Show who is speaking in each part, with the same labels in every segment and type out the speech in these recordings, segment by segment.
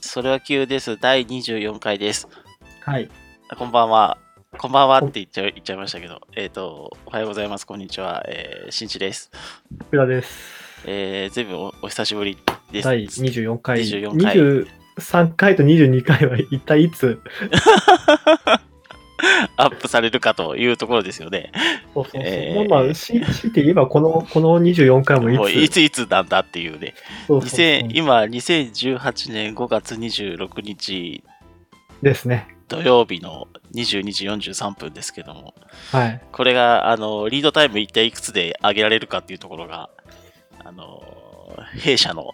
Speaker 1: それは急です。第24回です。
Speaker 2: はい。
Speaker 1: あこんばんは。こんばんはって言っちゃ言っちゃいましたけど、えっ、と、おはようございます。こんにちは。えー、しんちです。
Speaker 2: 福田です。
Speaker 1: えー、ずいぶんおお久しぶりです。
Speaker 2: 第24回。
Speaker 1: 24回
Speaker 2: 23回と22回は一体いつ
Speaker 1: アップされるかというところですよね。
Speaker 2: そうそうそう。
Speaker 1: えー
Speaker 2: もうまあ、し強いて言えばこの、この24回もいつ
Speaker 1: もういついつなんだっていうね。
Speaker 2: そうそうそう
Speaker 1: 2000今、2018年5月26日
Speaker 2: ですね。
Speaker 1: 土曜日の22時43分ですけども、
Speaker 2: はい。
Speaker 1: これが、あの、リードタイム一体いくつで上げられるかっていうところが、あの、弊社の、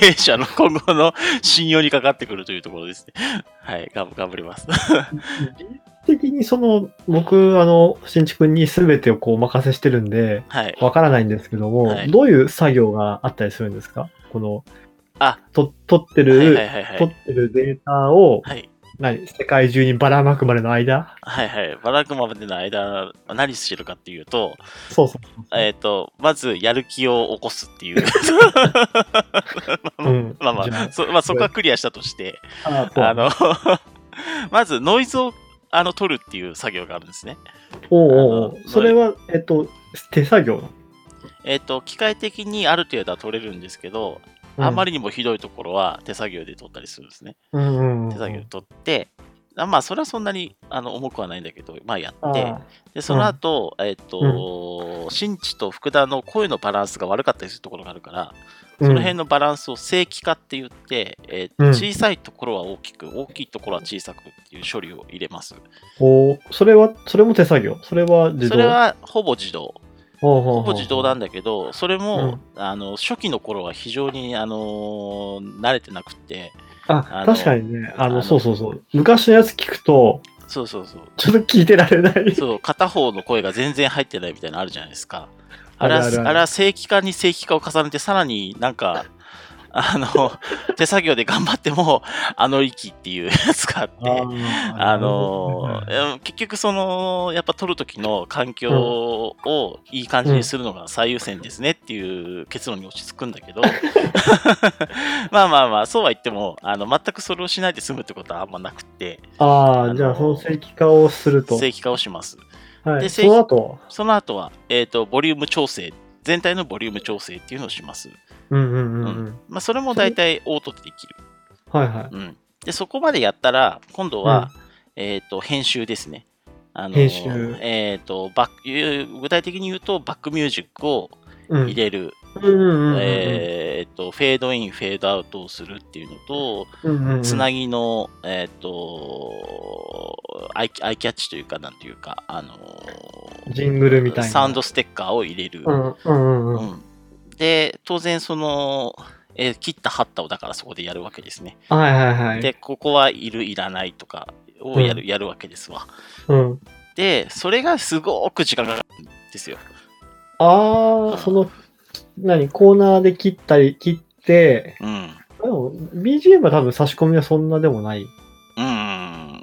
Speaker 1: 弊社の今後の信用にかかってくるというところですね。はい、頑頑張ります。
Speaker 2: 的にその、僕、あの、新築に全てをこうお任せしてるんで、
Speaker 1: はい。
Speaker 2: わからないんですけども、
Speaker 1: はい
Speaker 2: どういう作業があったりするんですかこの、
Speaker 1: あ、
Speaker 2: と、取って
Speaker 1: は
Speaker 2: る、
Speaker 1: いはいはいは
Speaker 2: 取
Speaker 1: い。
Speaker 2: ってるデータを、
Speaker 1: はい
Speaker 2: 何世界中にばらまくまでの間
Speaker 1: はいはい。バラクマまでの間、何してるかっていうと、
Speaker 2: そうそうそう。
Speaker 1: えっ、と、まず、やる気を起こすっていう。
Speaker 2: うん
Speaker 1: まあま
Speaker 2: じゃ
Speaker 1: あ、そまあ、そこはクリアしたとして、
Speaker 2: あそう
Speaker 1: あの、 まず、ノイズを、あの、取るっていう作業があるんですね。
Speaker 2: おうおうお
Speaker 1: あの
Speaker 2: うそれは、えっと、手作業。
Speaker 1: えっ、と、機械的にある程度は取れるんですけど、あんま
Speaker 2: り
Speaker 1: りにもひどいところは手作業で取ったりするんですね。
Speaker 2: 手
Speaker 1: 手作業で取って、あまあ、それはそんなにあの重くはないんだけど、まあ、やって、
Speaker 2: あ
Speaker 1: でその後、えっ、と、新地と福田の声のバランスが悪かったりするところがあるから、その辺のバランスを正規化って言って、えー
Speaker 2: うん
Speaker 1: 小さいところは大きく、大きいところは小さくっていう処理を入れます。
Speaker 2: おそれは、それも手作業。それは自動。
Speaker 1: それはほぼ自動。
Speaker 2: ほうほうほ
Speaker 1: ほぼ
Speaker 2: う、
Speaker 1: 自動なんだけど、それも、あの初期の頃は非常に、あのー慣れてなくって、あ
Speaker 2: あ、
Speaker 1: の
Speaker 2: 確かにね。あ
Speaker 1: あの
Speaker 2: の、そうそうそう。昔のやつ聞くと、
Speaker 1: そうそうそう。
Speaker 2: ちょっと聞いてられない。
Speaker 1: そう、片方の声が全然入ってないみたいなのあるじゃないですか。あれは、
Speaker 2: あるあるある
Speaker 1: あれは正規化に正規化を重ねて、さらになんか、あの、手作業で頑張っても、あの息っていうやつがあって、
Speaker 2: ー
Speaker 1: あの
Speaker 2: なるほどね
Speaker 1: ー結局そのやっぱ撮る時の環境をいい感じにするのが最優先ですねっていう結論に落ち着くんだけど まあまあまあそうは言ってもあの全くそれをしないで済むってことはあんまなくって
Speaker 2: あ
Speaker 1: あ
Speaker 2: ー
Speaker 1: のー
Speaker 2: じゃあ、その正規化をすると。
Speaker 1: 正規化をします
Speaker 2: は
Speaker 1: で
Speaker 2: い。
Speaker 1: 正
Speaker 2: そ
Speaker 1: 規
Speaker 2: の後。
Speaker 1: その後は、えー、とボリューム調整全体のボリューム調整っていうのをします、
Speaker 2: うんうんうんう。
Speaker 1: うんまあ、それも大体オートでできる、
Speaker 2: はいは
Speaker 1: うん、でそこまでやったら今度は、えー、と編集ですね。あの
Speaker 2: 編集
Speaker 1: えー、とバックいう具体的に言うとバックミュージックを
Speaker 2: い。うん。
Speaker 1: 入れる、
Speaker 2: うんうんうんうん。
Speaker 1: えー、とフェードインフェードアウトをするっていうのと、
Speaker 2: うんうんうん
Speaker 1: つなぎの、えー、とアイアイキャッチというかなんていうか、あの
Speaker 2: ジングルみたいな。
Speaker 1: サウンドステッカーを入れる、
Speaker 2: うんうんうんうん。
Speaker 1: うんで当然その、えー切った貼ったをだからそこでやるわけですね
Speaker 2: はいはいはい。
Speaker 1: で、ここはいる、いらないとかをやる,、やるわけですわ。
Speaker 2: うん。
Speaker 1: で、それがすごく時間がかかるんですよ。
Speaker 2: ああ、その、何、コーナーで切ったり、切って、
Speaker 1: うん。
Speaker 2: でも BGM は多分差し込みはそんなでもない。
Speaker 1: うん。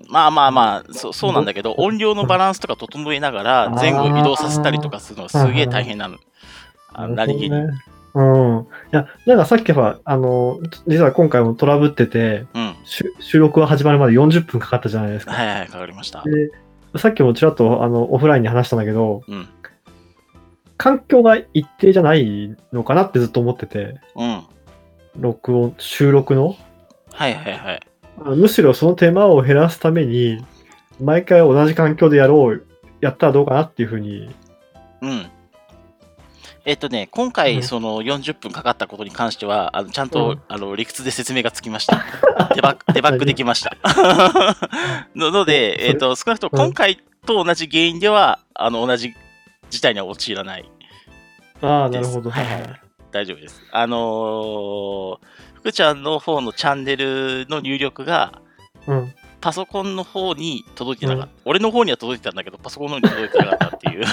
Speaker 1: まあまあまあ、そそうなんだけど、音量のバランスとか整えながら、前後移動させたりとかするのはすげえ大変なの。あなりきり。
Speaker 2: なるほどね。うん。いや、なんかさっきは、あの、実は今回もトラブってて、
Speaker 1: うん。
Speaker 2: しゅ収録が始まるまで40分かかったじゃないですか。
Speaker 1: はいはい、かかりました。
Speaker 2: で、さっきもちらっと、あの、オフラインに話したんだけど、
Speaker 1: うん。
Speaker 2: 環境が一定じゃないのかなってずっと思ってて、
Speaker 1: うん。
Speaker 2: 録音、収録の。
Speaker 1: はいはいはい。
Speaker 2: あのむしろその手間を減らすために、毎回同じ環境でやろう、やったらどうかなっていうふうに。
Speaker 1: うん。えっとね、今
Speaker 2: う
Speaker 1: 回、
Speaker 2: ん
Speaker 1: その40分かかったことに関しては、あのちゃん
Speaker 2: う
Speaker 1: と
Speaker 2: ん
Speaker 1: あの理屈で説明がつきました。 デバッ グデバッグできました。 のの
Speaker 2: そ
Speaker 1: で、
Speaker 2: れ
Speaker 1: えっと、少なくとも
Speaker 2: うん
Speaker 1: 今回と同じ原因では、あの同じ事態には陥らない。
Speaker 2: ああ、な
Speaker 1: です
Speaker 2: るほど。
Speaker 1: はいはい大丈夫です。あのー福ちゃんの方のチャンネルの入力が、
Speaker 2: うん。
Speaker 1: パソコンの方に届いてなかった。俺の方には届いてたんだけど、パソコンの方に届いてなかったっていう。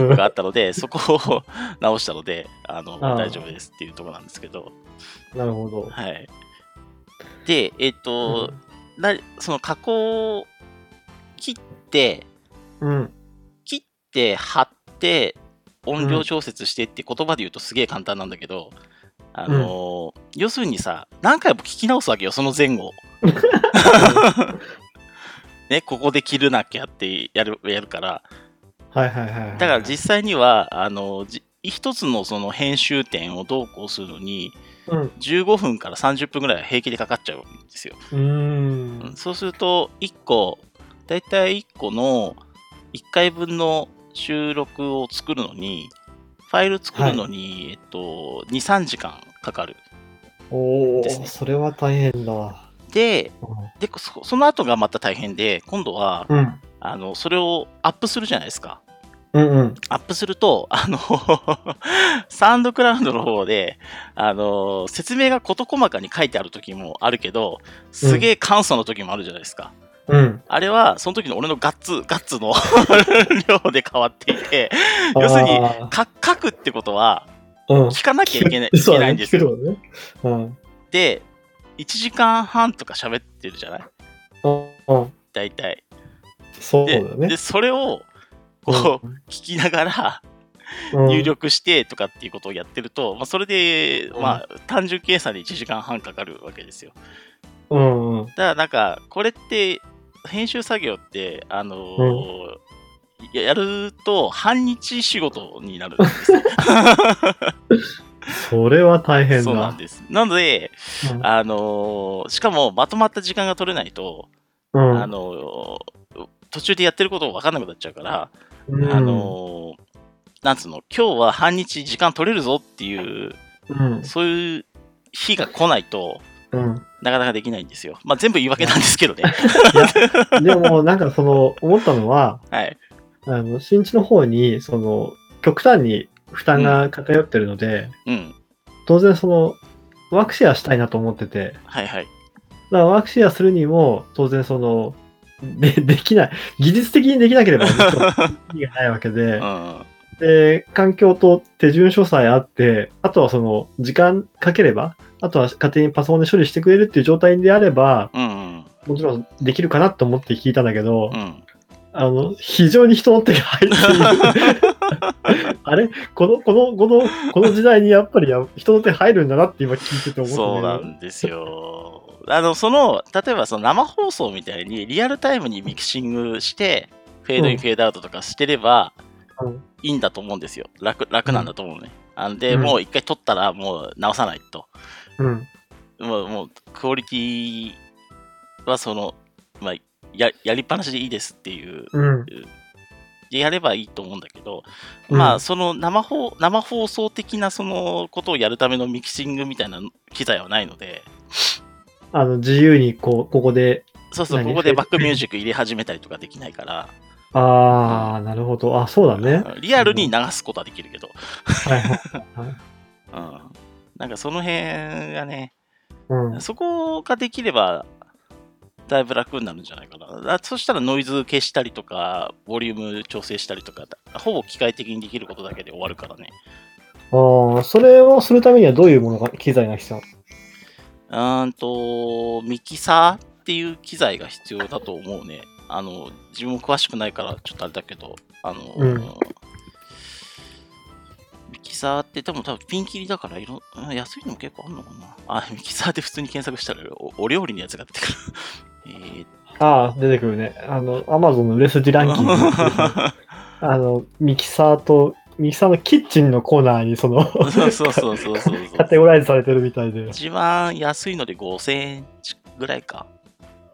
Speaker 2: うん
Speaker 1: があったの で、そこを直したので、あの、
Speaker 2: ああ
Speaker 1: 大丈夫ですっていうところなんですけど、
Speaker 2: なるほど。
Speaker 1: はい。で、えっ、と、なその加工を切って、
Speaker 2: うん。
Speaker 1: 切って、貼って、音量調節してって言葉で言うとすげえ簡単なんだけど、あのー要するにさ、何回も聞き直すわけよ、その前 後。ね、ここで切るなきゃってやるやるから、
Speaker 2: はいはいはいはい。
Speaker 1: だから実際には、あのじ一つのその編集点をどうこうするのに、
Speaker 2: うん。う
Speaker 1: 15分から30分ぐらいは平気でかかっちゃうんですよ。
Speaker 2: ーん。
Speaker 1: そうすると、1個、だいたい1個の1回分の収録を作るのに、ファイル作るのに、えっと、2、3時間かかる。
Speaker 2: お
Speaker 1: ですね
Speaker 2: お、それは大変だわ。
Speaker 1: で、でそその後がまた大変で、今度は、
Speaker 2: うん。
Speaker 1: あの、それをアップするじゃないですか。
Speaker 2: うんうん。
Speaker 1: アップすると、あの、 サウンドクラウドの方で、あの、説明が事細かに書いてある時もあるけど、すげえ簡素な時もあるじゃないですか。
Speaker 2: うん。
Speaker 1: あれは、その時の俺のガッツ、ガッツの 量で変わっていて、 要するに、
Speaker 2: あ
Speaker 1: か書くってことは、
Speaker 2: ー、うん。、
Speaker 1: 聞かなきゃいけない いけないん
Speaker 2: で
Speaker 1: ですす
Speaker 2: よ
Speaker 1: よ。
Speaker 2: ね。うん。
Speaker 1: で、1時間半とか喋ってるじゃない
Speaker 2: うん。うん
Speaker 1: 大体。
Speaker 2: そうだ
Speaker 1: で、
Speaker 2: よね
Speaker 1: で。それを、こう、聞きながら、
Speaker 2: うん
Speaker 1: 入。力してとかっていうことをやってると、まあ、それで、
Speaker 2: うん
Speaker 1: まあ、単純計算で1時間半かかるわけですよ。
Speaker 2: うんうん。
Speaker 1: だからなんか、これって、編集作業って、あのーややると半日仕事になるんですよ。
Speaker 2: それは大 変
Speaker 1: そうな
Speaker 2: だ
Speaker 1: ん。です。なので、
Speaker 2: うん
Speaker 1: あのーしかもまとまった時間が取れないと、
Speaker 2: うん
Speaker 1: あのー途中でやってること分かんなくなっちゃうから、
Speaker 2: うん
Speaker 1: あのーなんつうの、今日は半日時間取れるぞっていう
Speaker 2: うん
Speaker 1: そういう日が来ないと
Speaker 2: うん
Speaker 1: なかなかできないんですよ。まあ全部言い訳なんですけど ね。
Speaker 2: でも、なんかその、思ったのは、
Speaker 1: はい。
Speaker 2: あの、新地の方に、その、極端に負担が偏ってるので、
Speaker 1: うん。
Speaker 2: 当然その、ワークシェアしたいなと思ってて、
Speaker 1: はいはい。
Speaker 2: だからワークシェアするにも、当然その、で、 できない、技術的にできなければ、もちろん意味がないわけで
Speaker 1: う、ん。
Speaker 2: で、環境と手順書さえあって、あとはその、時間かければ、あとは勝手にパソコンで処理してくれるっていう状態であれば、
Speaker 1: うん。
Speaker 2: もちろんできるかなと思って聞いたんだけど、
Speaker 1: うん。
Speaker 2: あの、非常に人の手が入っている。 あれこの、この、この、この時代にやっぱりや人の手入るんだなって今聞いてて思った
Speaker 1: そうなんですよ。あの、その、例えばその生放送みたいにリアルタイムにミキシングして、フェードイ
Speaker 2: う
Speaker 1: ン、
Speaker 2: ん
Speaker 1: フェードアウトとかしてれば
Speaker 2: うん
Speaker 1: いいんだと思うんですよ。楽、楽なんだと思うね。あんで、
Speaker 2: うん
Speaker 1: もう一回撮ったらもう直さないと。
Speaker 2: うん。
Speaker 1: もう、もう、クオリティはその、まあ、や、やりっぱなしでいいですっていう
Speaker 2: うん。
Speaker 1: でやればいいと思うんだけど、
Speaker 2: うん
Speaker 1: まあその生放生放送的なそのことをやるためのミキシングみたいな機材はないので
Speaker 2: あの、自由にこう、ここで、
Speaker 1: そうそう
Speaker 2: 何
Speaker 1: ここでバックミュージック入れ始めたりとかできない から、
Speaker 2: あー、なるほど。あ、そうだね。
Speaker 1: リアルに流すことはできるけど、
Speaker 2: はいはい。
Speaker 1: うん、なんかその辺がね
Speaker 2: うん。
Speaker 1: そこができればだいぶ楽になるんじゃないかなあそしたらノイズ消したりとかボリューム調整したりとかほぼ機械的にできることだけで終わるからね
Speaker 2: ああ、それをするためにはどういうものが、機材が必要
Speaker 1: うーんと、ミキサーっていう機材が必要だと思うね。あの、自分も詳しくないから、ちょっとあれだけど、あの、
Speaker 2: うん
Speaker 1: ミキサーって、でも多分ピンキリだからいろ、うん安いのも結構あるのかな。あ、ミキサーって普通に検索したらお、お料理のやつが出てくる。 えーっ
Speaker 2: ああ、出てくるね。あの、アマゾンの売れ筋ランキン グ。あ
Speaker 1: と、
Speaker 2: の、ミキサーと、ミキサーのキッチンのコーナーに、その、
Speaker 1: そうそうそうそうそうそう。
Speaker 2: カテゴライズされてるみたいで。
Speaker 1: 一番安いので5000円ぐらいか。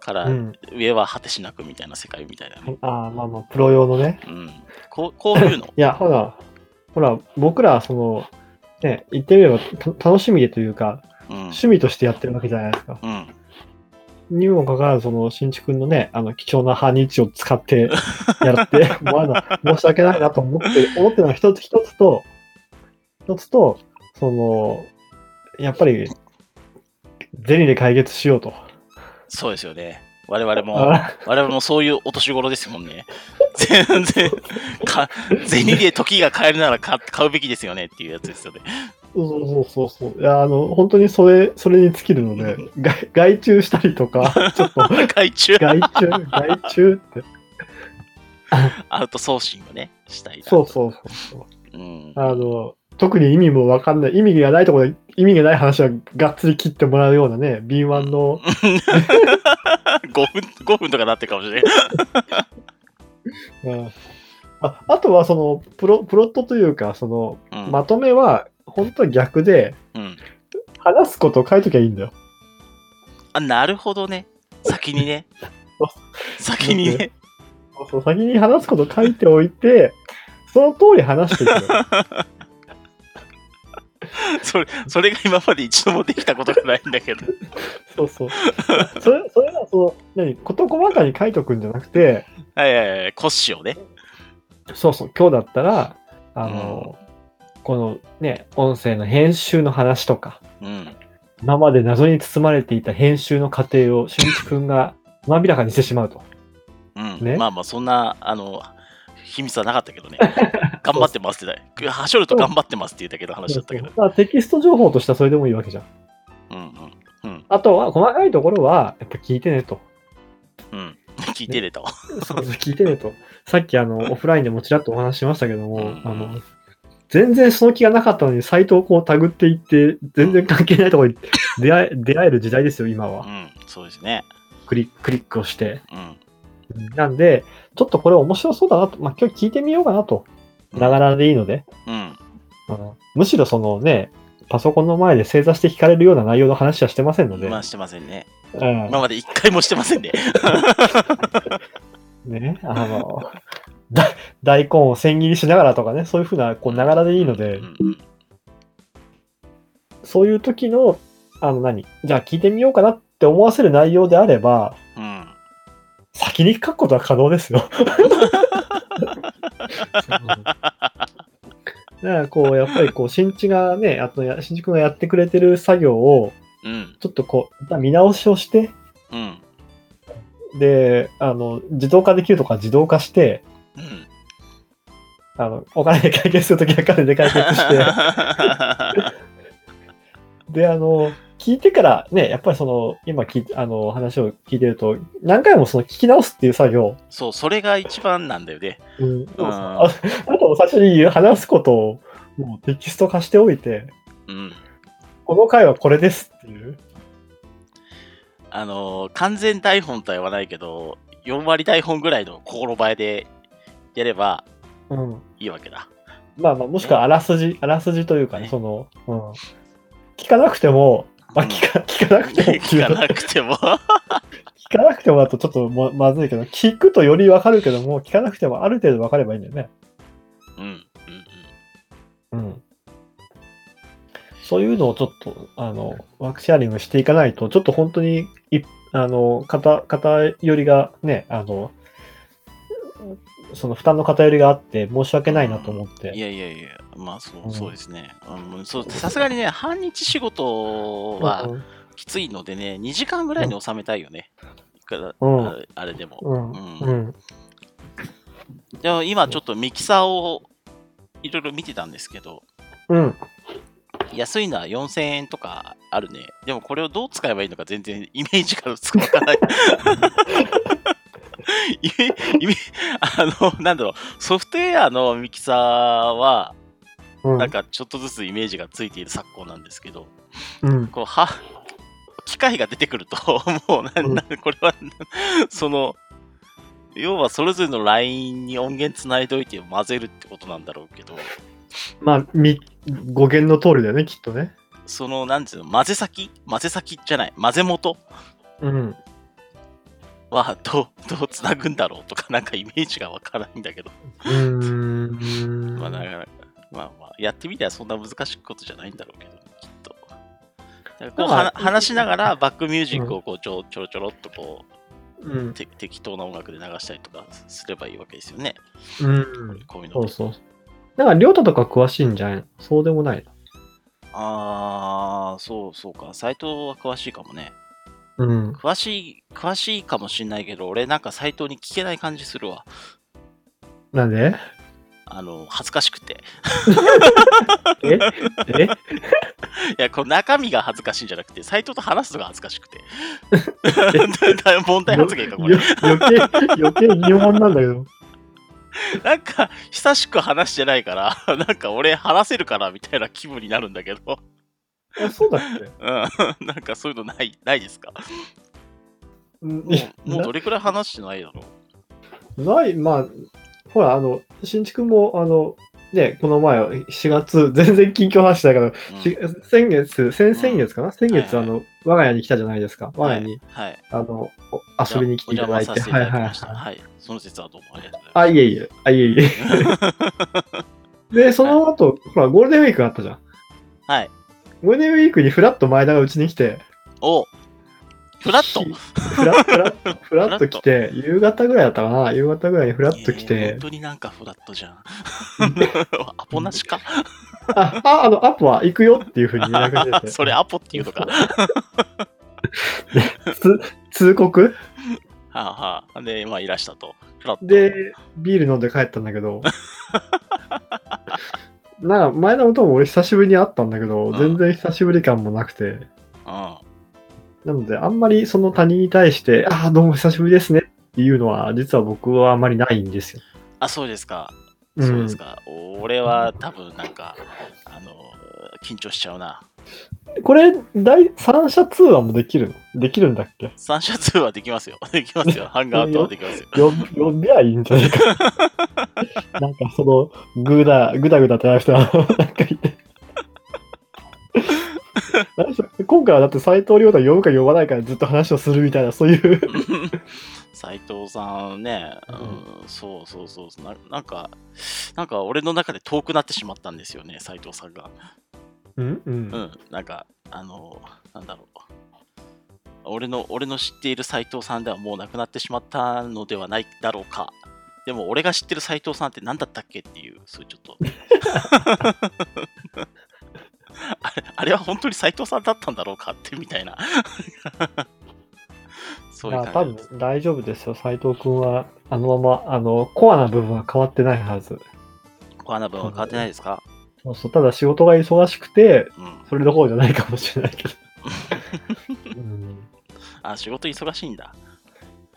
Speaker 1: から、
Speaker 2: うん。
Speaker 1: 上は果てしなくみたいな世界みたいなね。
Speaker 2: ああ、まあまあ、プロ用のね。
Speaker 1: うん。こうこういうの。
Speaker 2: いや、ほら、ほら、僕ら、その、ね、言ってみればた楽しみでというか、
Speaker 1: うん。
Speaker 2: 趣味としてやってるわけじゃないですか。
Speaker 1: うん。
Speaker 2: にもかかわらず、その、新地君のね、あの、貴重な半日を使ってや って、もうあの、申し訳ないなと思って、思ってるのは一つ一つと、一つと、その、やっぱり、銭で解決しようと。
Speaker 1: そうですよね。我々も、
Speaker 2: あ
Speaker 1: 我々もそういうお年頃ですもんね。 全然、か銭で時が買えるなら買買うべきですよねっていうやつですよね。
Speaker 2: そうそうそうそう。いや、あの、本当にそれ、それに尽きるので、外外注したりとか、ちょっと、
Speaker 1: 外注
Speaker 2: 外注、外注って。
Speaker 1: アウトソーシングね、したいな。
Speaker 2: そうそうそうそう。
Speaker 1: うん。
Speaker 2: あの、特に意味もわかんない、意味がないところで意味がない話はがっつり切ってもらうようなね、B1 の、
Speaker 1: 5分、5分とかなってるかもしれない。
Speaker 2: うんああとはそのプロ、プロットというか、その、
Speaker 1: うん。
Speaker 2: まとめは、本当は逆で、
Speaker 1: うん、
Speaker 2: 話すことを書いときゃいいんだよ。
Speaker 1: あ、なるほどね。先に ね。先にね。
Speaker 2: そうそう先に話すことを書いておいて、その通り話していくの。
Speaker 1: それ、それが今まで一度もできたことがないんだけど。
Speaker 2: そうそう。それ、それはその、何、事細かに書いとくんじゃなくて、
Speaker 1: はいはいはい。骨子をね。
Speaker 2: そうそう、今日だったら、あの、このね、音声の編集の話とか、
Speaker 1: うん。
Speaker 2: 今まで謎に包まれていた編集の過程を俊一くんがまびらかにしてしまうと。
Speaker 1: うん。
Speaker 2: ね
Speaker 1: まあまあ、そんな、あの、秘密はなかったけ どね。頑張ってますってだ。はしょると頑張ってますって言ったけど話だったけど。
Speaker 2: だからテキスト情報としてはそれでもいいわけじゃん。
Speaker 1: うんうん。うん。
Speaker 2: あとは、細かいところは、やっぱ聞いてねと。
Speaker 1: うん。聞いてれたわ。
Speaker 2: そうそう聞いてねと。 さっき、あの、オフラインでもちらっとお話ししましたけども、
Speaker 1: うん
Speaker 2: あの、全然その気がなかったのに、サイトをこう、タグっていって、全然関係ないところに 出会え出会える時代ですよ、今
Speaker 1: う
Speaker 2: は。
Speaker 1: ん。そうですね。
Speaker 2: クリクリックをして。
Speaker 1: うん。
Speaker 2: なんで、ちょっとこれ面白そうだなと、まあ、今日聞いてみようかなと。ながらでいいので。
Speaker 1: うん。
Speaker 2: うんむしろそのね、パソコンの前で正座して聞かれるような内容の話はしてませんので、
Speaker 1: まあしてませんね。
Speaker 2: うん
Speaker 1: 今まで一回もしてませんね。
Speaker 2: ね、あの、 だ大根を千切りしながらとかね、そういうふうな、こう、ながらでいいので
Speaker 1: う、んうん
Speaker 2: そういう時の、あの何、じゃあ聞いてみようかなって思わせる内容であれば、
Speaker 1: うん。
Speaker 2: 先に書くことは可能ですよ。 だからこう、やっぱりこう、新地がね、あとや、新地君がやってくれてる作業を、
Speaker 1: うん。
Speaker 2: ちょっとこう、一旦見直しをして、
Speaker 1: うん。
Speaker 2: で、あの、自動化できるとか自動化して、
Speaker 1: うん。
Speaker 2: あの、お金で解決するときは金で解決して、で、あの、聞いてからね、やっぱりその、今聞いあの、話を聞いてると、何回もその聞き直すっていう作業、
Speaker 1: そう、それが一番なんだよね。
Speaker 2: うん、
Speaker 1: うん
Speaker 2: ああ と最初に言う話すことを、もうテキスト化しておいて、
Speaker 1: うん。
Speaker 2: この回はこれですっていう。
Speaker 1: あのー、完全台本とは言わないけど、4割台本ぐらいの心映えでやれば
Speaker 2: うん。
Speaker 1: いいわけだ。
Speaker 2: まあまあ、もしくはあらすじ、あらすじというかね、
Speaker 1: ね
Speaker 2: その、うん。聞かなくても、まあ、
Speaker 1: うん
Speaker 2: 聞か、聞かなくてもっていう、
Speaker 1: 聞かなくても。
Speaker 2: 聞かなくてもだとちょっとままずいけど、聞くとよりわかるけども、聞かなくてもある程度わかればいいんだよね。
Speaker 1: うん。うん。
Speaker 2: うん。そういうのをちょっと、あの、ワークシェアリングしていかないと、ちょっと本当に、いあの、片、偏りがね、あの、その負担の偏りがあって申し訳ないなと思っ
Speaker 1: うんい
Speaker 2: て。
Speaker 1: やいやいや、まあそうう、
Speaker 2: ん
Speaker 1: そうですね。うん、そうさすがにね、半日仕事は
Speaker 2: うん
Speaker 1: きついのでね、2時間ぐらいに収めたいよね。いくら
Speaker 2: うん
Speaker 1: ああれでも。
Speaker 2: うん。
Speaker 1: う
Speaker 2: うんん。
Speaker 1: でも今ちょっとミキサーをいろいろ見てたんですけど、
Speaker 2: うん。
Speaker 1: 安いのは4000円とかあるね。でもこれをどう使えばいいのか全然 イメージがつかない イメ。イメあの、なんだろう、ソフトウェアのミキサーは、
Speaker 2: うん。
Speaker 1: なんかちょっとずつイメージがついている昨今なんですけど、
Speaker 2: うん。
Speaker 1: こう、は、機械が出てくると、 もうな、
Speaker 2: うん
Speaker 1: なこれは、 その、要はそれぞれのラインに音源つないでおいて混ぜるってことなんだろうけど、
Speaker 2: まあ、み、語源の通りだよね、きっとね。
Speaker 1: その、なんていうの、混ぜ先混ぜ先じゃない、混ぜ元
Speaker 2: うん。
Speaker 1: はどう、 どうつなぐんだろうとか、なんかイメージがわからないんだけど、
Speaker 2: うーん。
Speaker 1: まあ、なかなか、まあまあ、やってみたらそんな難しいことじゃないんだろうけど、きっと。だからこう
Speaker 2: まあ
Speaker 1: はな話しながらバックミュージックをこうちょちょろちょろっとこ
Speaker 2: うん
Speaker 1: う。て適当な音楽で流したりとかすればいいわけですよね。
Speaker 2: うん。
Speaker 1: こういうの
Speaker 2: そうそう。だから、りょうたとか詳しいんじゃないのそうでもない
Speaker 1: ああ、そうそうか。斎藤は詳しいかもね。
Speaker 2: の。うん。
Speaker 1: 詳しい、詳しいかもしんないけど、俺なんか斎藤に聞けない感じするわ。
Speaker 2: なんで
Speaker 1: あの、恥ずかしくて。
Speaker 2: ええ
Speaker 1: いや、この中身が恥ずかしいんじゃなくて、斎藤と話すのが恥ずかしく て。だ問題発言か、これ
Speaker 2: よ。余計、余計疑問なんだけど。
Speaker 1: なんか、久しく話してないから、なんか俺話せるかなみたいな気分になるんだけど、
Speaker 2: あそうだっけ
Speaker 1: うん、なんかそういうのないないですか
Speaker 2: うん
Speaker 1: もうもうどれくらい話してないだろう
Speaker 2: ない、まあ、ほら、あの、新築も、あの、ね、この前、4月、 全然近況話してない
Speaker 1: う
Speaker 2: から、
Speaker 1: ん
Speaker 2: し先月、先先月かな先月、
Speaker 1: はい
Speaker 2: あの、我が家に来たじゃないですか。我が家に、
Speaker 1: はい、
Speaker 2: あの、お遊びに来ていただいて。
Speaker 1: お邪魔させていただきました。はい、その節はどうもありがとうございます。
Speaker 2: あ、いえいえ、あ、いえいえ。で、その後、ほら、ゴールデンウィークがあったじゃん。
Speaker 1: はい。
Speaker 2: ゴールデンウィークにフラッと前田がうちに来て、
Speaker 1: おフラット
Speaker 2: ひフラッフラッフラッと来て、夕方ぐらいだったかな夕方ぐらいにフラッと来
Speaker 1: えー
Speaker 2: て
Speaker 1: 本、当になんかフラットじゃん。アポなしか
Speaker 2: あ、あ、あの、アポは行くよっていうふうに連絡してて。
Speaker 1: それアポっていうのか。は
Speaker 2: つ 通告
Speaker 1: あはあ。で、まあいらしたと。フラット。
Speaker 2: で、ビール飲んで帰ったんだ けど。なんか、前のことも俺久しぶりに会ったんだけど、
Speaker 1: うん
Speaker 2: 全然久しぶり感もなくて。
Speaker 1: うん。
Speaker 2: なので、あんまりその他人に対して、ああ、どうも久しぶりですねっていうのは、実は僕はあんまりないんですよ。
Speaker 1: あ、そうですか。
Speaker 2: うん
Speaker 1: そうですか。俺は多分なんか、あの、緊張しちゃうな。
Speaker 2: これ、第三者通話もできるのできるんだっけ
Speaker 1: 三者通はできますよ。 できます よ。ハンガーアウトはできますよ。
Speaker 2: 呼び呼んではいいんじゃない か。なんかその、ぐだ、ぐだぐだってなる人は、なんかいて。何でしょう今回はだって斎藤亮太呼ぶか呼ばないかでずっと話をするみたいな、そういう。
Speaker 1: 斉藤さんね、う
Speaker 2: うん
Speaker 1: ん、そうそうそうな、なんか、なんか俺の中で遠くなってしまったんですよね、斉藤さんが。
Speaker 2: うん
Speaker 1: う
Speaker 2: う。
Speaker 1: んん、なんか、あの、なんだろう。俺の俺の知っている斉藤さんではもうなくなってしまったのではないだろうか。でも俺が知ってる斉藤さんって何だったっけっていう、そういうちょっと。 あれあれは本当に斉藤さんだったんだろうかってみたいな。 そうい
Speaker 2: ま
Speaker 1: う
Speaker 2: あ多
Speaker 1: 感じです。
Speaker 2: 分大丈夫ですよ、斎藤君は。あのまま、あの、コアな部分は変わってないはず。
Speaker 1: コアな分は変わってないですか
Speaker 2: そうそう、ただ仕事が忙しくて、
Speaker 1: うん。
Speaker 2: それどころじゃないかもしれない けど。うん
Speaker 1: あ、仕事忙しいんだ。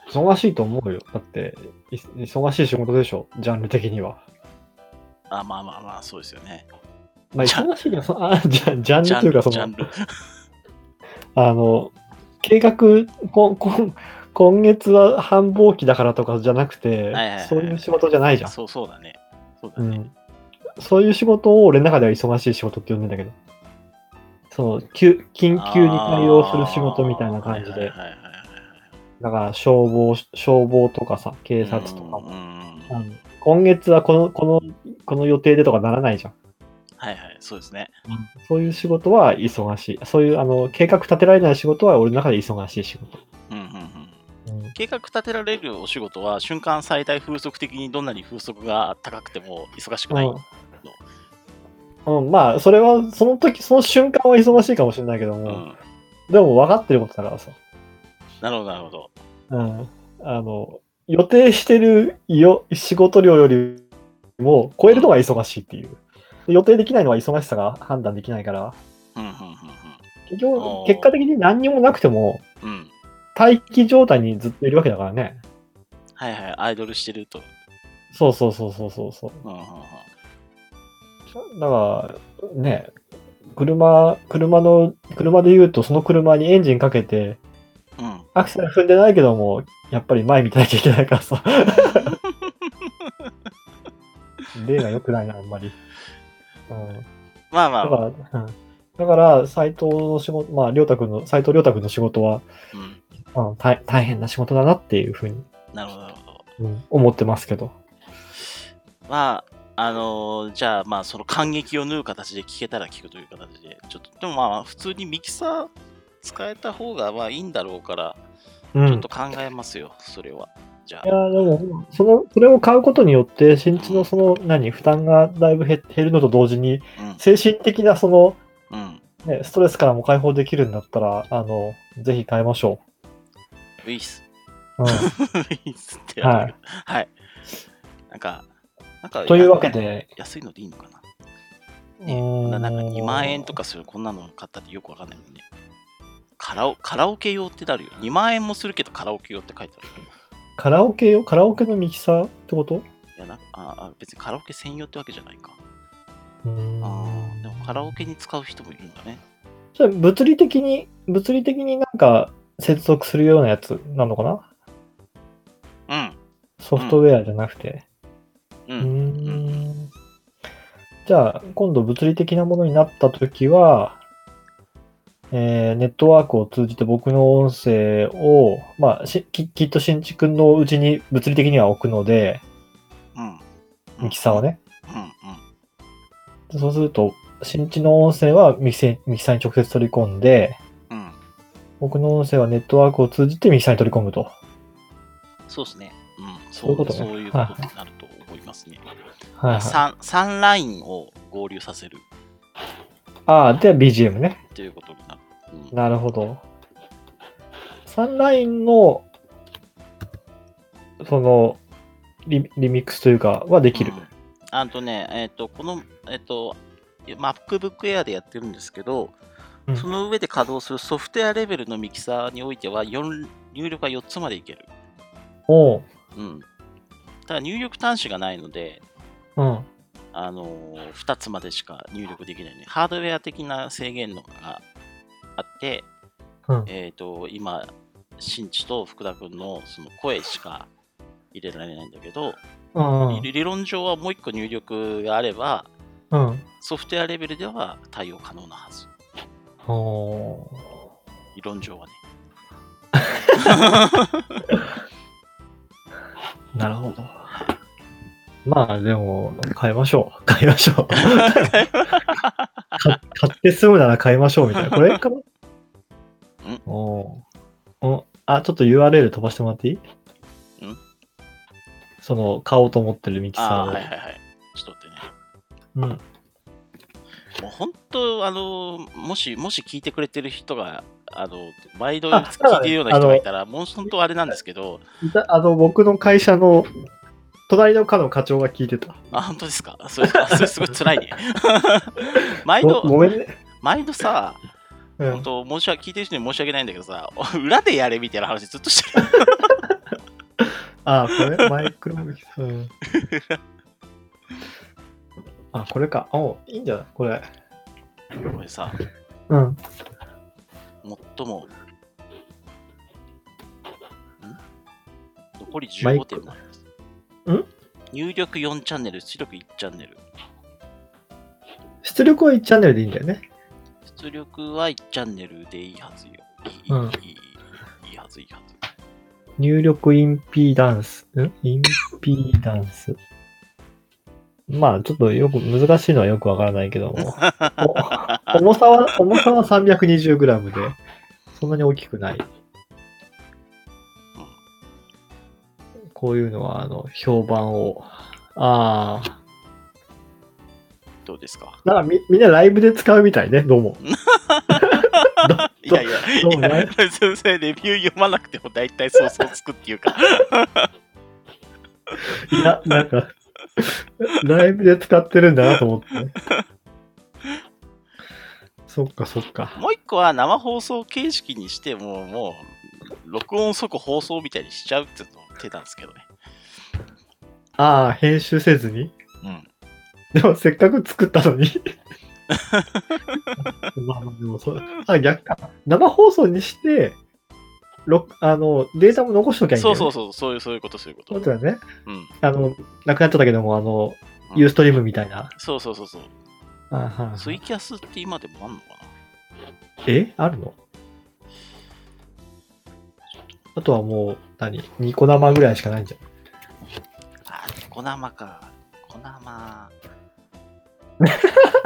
Speaker 2: 忙しいと思うよ。だって、い忙しい仕事でしょ、ジャンル的には。
Speaker 1: あ、まあまあまあ、そうですよね。
Speaker 2: まあ、
Speaker 1: ジャン
Speaker 2: 忙しいのは そあジャンジャン
Speaker 1: ジャ
Speaker 2: ルとい
Speaker 1: ン
Speaker 2: うか、
Speaker 1: ル、
Speaker 2: そ
Speaker 1: ジャン
Speaker 2: の、
Speaker 1: ル。
Speaker 2: あの、計画、こんこん今月は繁忙期だからとかじゃなく
Speaker 1: は
Speaker 2: て
Speaker 1: いはいはい、
Speaker 2: そういう仕事じゃないじゃん。
Speaker 1: そうそうだね。そうだ
Speaker 2: う
Speaker 1: ね。
Speaker 2: ん、そういう仕事を俺の中では忙しい仕事って呼んでんだけど、その、急緊急に対応する仕事みたいな感
Speaker 1: あ
Speaker 2: じで
Speaker 1: ー、はいはいはいはい
Speaker 2: だから消防、消防とかさ、警察とか
Speaker 1: うん
Speaker 2: も、
Speaker 1: うん
Speaker 2: あの今月はこの、この、この予定でとかならないじゃん。
Speaker 1: はいはい、そうですね。
Speaker 2: そういう仕事は忙しい。そういうあの計画立てられない仕事は俺の中で忙しい仕事。
Speaker 1: うんうんうん。計画立てられるお仕事は瞬間最大風速的にどんなに風速が高くても忙しくない。
Speaker 2: うん、うん、まあそれはその時その瞬間は忙しいかもしれないけど
Speaker 1: うん。
Speaker 2: も、でも分かってることだからさ、
Speaker 1: なるほど、なるほど。
Speaker 2: うん、あの予定してるよ仕事量よりも超えるのが忙しいっていう予定できないのは忙しさが判断できないから
Speaker 1: うんうん
Speaker 2: 結
Speaker 1: あ
Speaker 2: 局
Speaker 1: ー
Speaker 2: 結果的に何にもなくても
Speaker 1: うんうん。うん。
Speaker 2: 待機状態にずっといるわけだからね
Speaker 1: はいはい、アイドルしてると。
Speaker 2: そうそうそうそうそうそう
Speaker 1: うんうんうん。
Speaker 2: だから、ね、車、車の、車で言うと、その車にエンジンかけて、
Speaker 1: うん。
Speaker 2: アクセル踏んでないけども、やっぱり前見たなきゃいけないからさ。例が良くないな、あんまり。うん、だ
Speaker 1: まあまあ、
Speaker 2: から、うん、だから、斎藤の仕事、まあ、りょうたくんの、斎藤りょうたくんの仕事は、
Speaker 1: うん。
Speaker 2: うん、大大変な仕事だなっていうふうに、
Speaker 1: なるほど、なるほど。
Speaker 2: うん、思ってますけど。
Speaker 1: まあ、あのーじゃあ、まあ、その感激を縫う形で聞けたら聞くという形で、ちょっと、でもまあ、普通にミキサー使えた方がまあいいんだろうから、
Speaker 2: うん、
Speaker 1: ちょっと考えますよ、それは。じゃ
Speaker 2: い
Speaker 1: あ
Speaker 2: や。ーでも、その、それを買うことによって、新地のその、何、負担がだいぶ減減るのと同時に、
Speaker 1: うん
Speaker 2: 精神的なその、
Speaker 1: うん。
Speaker 2: ね、ストレスからも解放できるんだったら、あの、ぜひ買いましょ
Speaker 1: ウィ ス。
Speaker 2: う。うん、
Speaker 1: ウィスってやる。はい。なんか、なんか、
Speaker 2: というわけで、
Speaker 1: 安いのでいいのかな。
Speaker 2: う
Speaker 1: ね、こんななんか
Speaker 2: ー
Speaker 1: 2万円とかするこんなの買ったってよくわかんないもんね。カラオカラオケ用ってなるよ。2万円もするけどカラオケ用って書いてある。
Speaker 2: カラオケよ、カラオケのミキサーってこと
Speaker 1: いやなんかああ別にカラオケ専用ってわけじゃないか。
Speaker 2: うーん
Speaker 1: あーでもカラオケに使う人もいるんだね。
Speaker 2: それ物理的に、物理的になんか接続するようなやつなのかな
Speaker 1: うん。
Speaker 2: ソフトウェアじゃなくて。
Speaker 1: う。
Speaker 2: うんーん。じゃあ、今度物理的なものになったときは、えーネットワークを通じて僕の音声を、まあ、しききっと新地君のうちに物理的には置くので、
Speaker 1: うん。
Speaker 2: ミキサーをね。
Speaker 1: うん。うん。
Speaker 2: でそうすると、新地の音声はミキサーミキサーに直接取り込んで、
Speaker 1: うん。
Speaker 2: 僕の音声はネットワークを通じてミキサーに取り込むと。
Speaker 1: そうですね。うん。
Speaker 2: そういうことね
Speaker 1: そういうことになると思いますね。
Speaker 2: はい、はい。あ
Speaker 1: 3, 3ラインを合流させる
Speaker 2: あー、で、BGM ね。
Speaker 1: ということになる。うん
Speaker 2: なるほど。サンラインの、そのリ、リミックスというか、はできる。
Speaker 1: うんあとね、えっ、と、この、えっ、と、MacBook Air でやってるんですけど、
Speaker 2: うん
Speaker 1: その上で稼働するソフトウェアレベルのミキサーにおいては、四入力が4つまでいける。
Speaker 2: おう。
Speaker 1: うん。ただ入力端子がないので、
Speaker 2: うん。
Speaker 1: あのー、2つまでしか入力できないね。ハードウェア的な制限のがあって、
Speaker 2: うん
Speaker 1: えっ、と、今、新地と福田君のその声しか入れられないんだけど、
Speaker 2: うん。
Speaker 1: 理理論上はもう1個入力があれば、
Speaker 2: うん。
Speaker 1: ソフトウェアレベルでは対応可能なはず。
Speaker 2: おー
Speaker 1: 理論上はね。
Speaker 2: なるほど。まあ、でも、買いましょう。 買いましょ う。か買って済むなら買いましょうみたいな。これかなおーお。あ、ちょっと URL 飛ばしてもらっていいその、買おうと思ってるミキ
Speaker 1: あ
Speaker 2: サ
Speaker 1: あー、はい
Speaker 2: ー
Speaker 1: はいはい。ちょっと待ってね。
Speaker 2: を。うん。
Speaker 1: もう本当、あの、もし、もし聞いてくれてる人が、あの、毎度
Speaker 2: あ
Speaker 1: 聞いてるような人がいたら、もう本当あれなんですけど、
Speaker 2: だあの、僕の会社の、隣の課の課長が聞いてた。
Speaker 1: あ、本当ですかそれ、それすごい辛いね。 毎
Speaker 2: ごご
Speaker 1: 度、
Speaker 2: めんね。
Speaker 1: 毎度さ、
Speaker 2: う
Speaker 1: 本
Speaker 2: ん、
Speaker 1: 当申し訳、聞いてる人に申し訳ないんだけどさ、 裏でやれみたいな話ずっとしてる。
Speaker 2: あ、これ、マイクロうん。あ、これか。おいいんじゃないこれ。
Speaker 1: これさ、
Speaker 2: うん。
Speaker 1: 最も。ん残り
Speaker 2: マイ
Speaker 1: 15
Speaker 2: ク
Speaker 1: 点もあります。
Speaker 2: ん
Speaker 1: 入力4チャンネル、出力1チャンネル。
Speaker 2: 出力は1チャンネルでいいんだよね。
Speaker 1: 出力は1チャンネルでいいはずよ。いい、
Speaker 2: うん
Speaker 1: いい、いいはず、いいはず。
Speaker 2: 入力インピーダンス。んインピーダンス。まあ、ちょっとよく、難しいのはよくわからないけども。お重さは、重さは 320g で、そんなに大きくない。こういうのは、あの、評判を。ああ。
Speaker 1: どうですか
Speaker 2: なんかみ、みんなライブで使うみたいね、どうも。
Speaker 1: いやいや、
Speaker 2: どう
Speaker 1: いや
Speaker 2: ど
Speaker 1: 別にそれレビュー読まなくても大体想像つくっていうか。
Speaker 2: いや、なんか、ライブで使ってるんだなと思ってね。そっか、そっか。
Speaker 1: もう一個は生放送形式にしても、もう、録音即放送みたいにしちゃうっていうのも手なんですけどね。
Speaker 2: ああ、編集せずに
Speaker 1: うん。
Speaker 2: でも、せっかく作った のに。まあまあ、でもそれ、あ、逆か。生放送にして、録あの、データも残しときゃいいんだ
Speaker 1: そ
Speaker 2: よ、
Speaker 1: う
Speaker 2: ね。
Speaker 1: そう
Speaker 2: そ
Speaker 1: そう、そういう、そういうこと、そういうこ
Speaker 2: そう
Speaker 1: と。
Speaker 2: だよね。
Speaker 1: うん。
Speaker 2: あの、なくなっちゃったけども、あの、
Speaker 1: うん
Speaker 2: ユーストリームみたいな。
Speaker 1: そうそうそうそう。
Speaker 2: あはん
Speaker 1: ツイキャスって今でもあんのか
Speaker 2: えあるのあとはもう、何ニコ生ぐらいしかないんじゃん。
Speaker 1: なあ、ニコ生か。ニコ 生。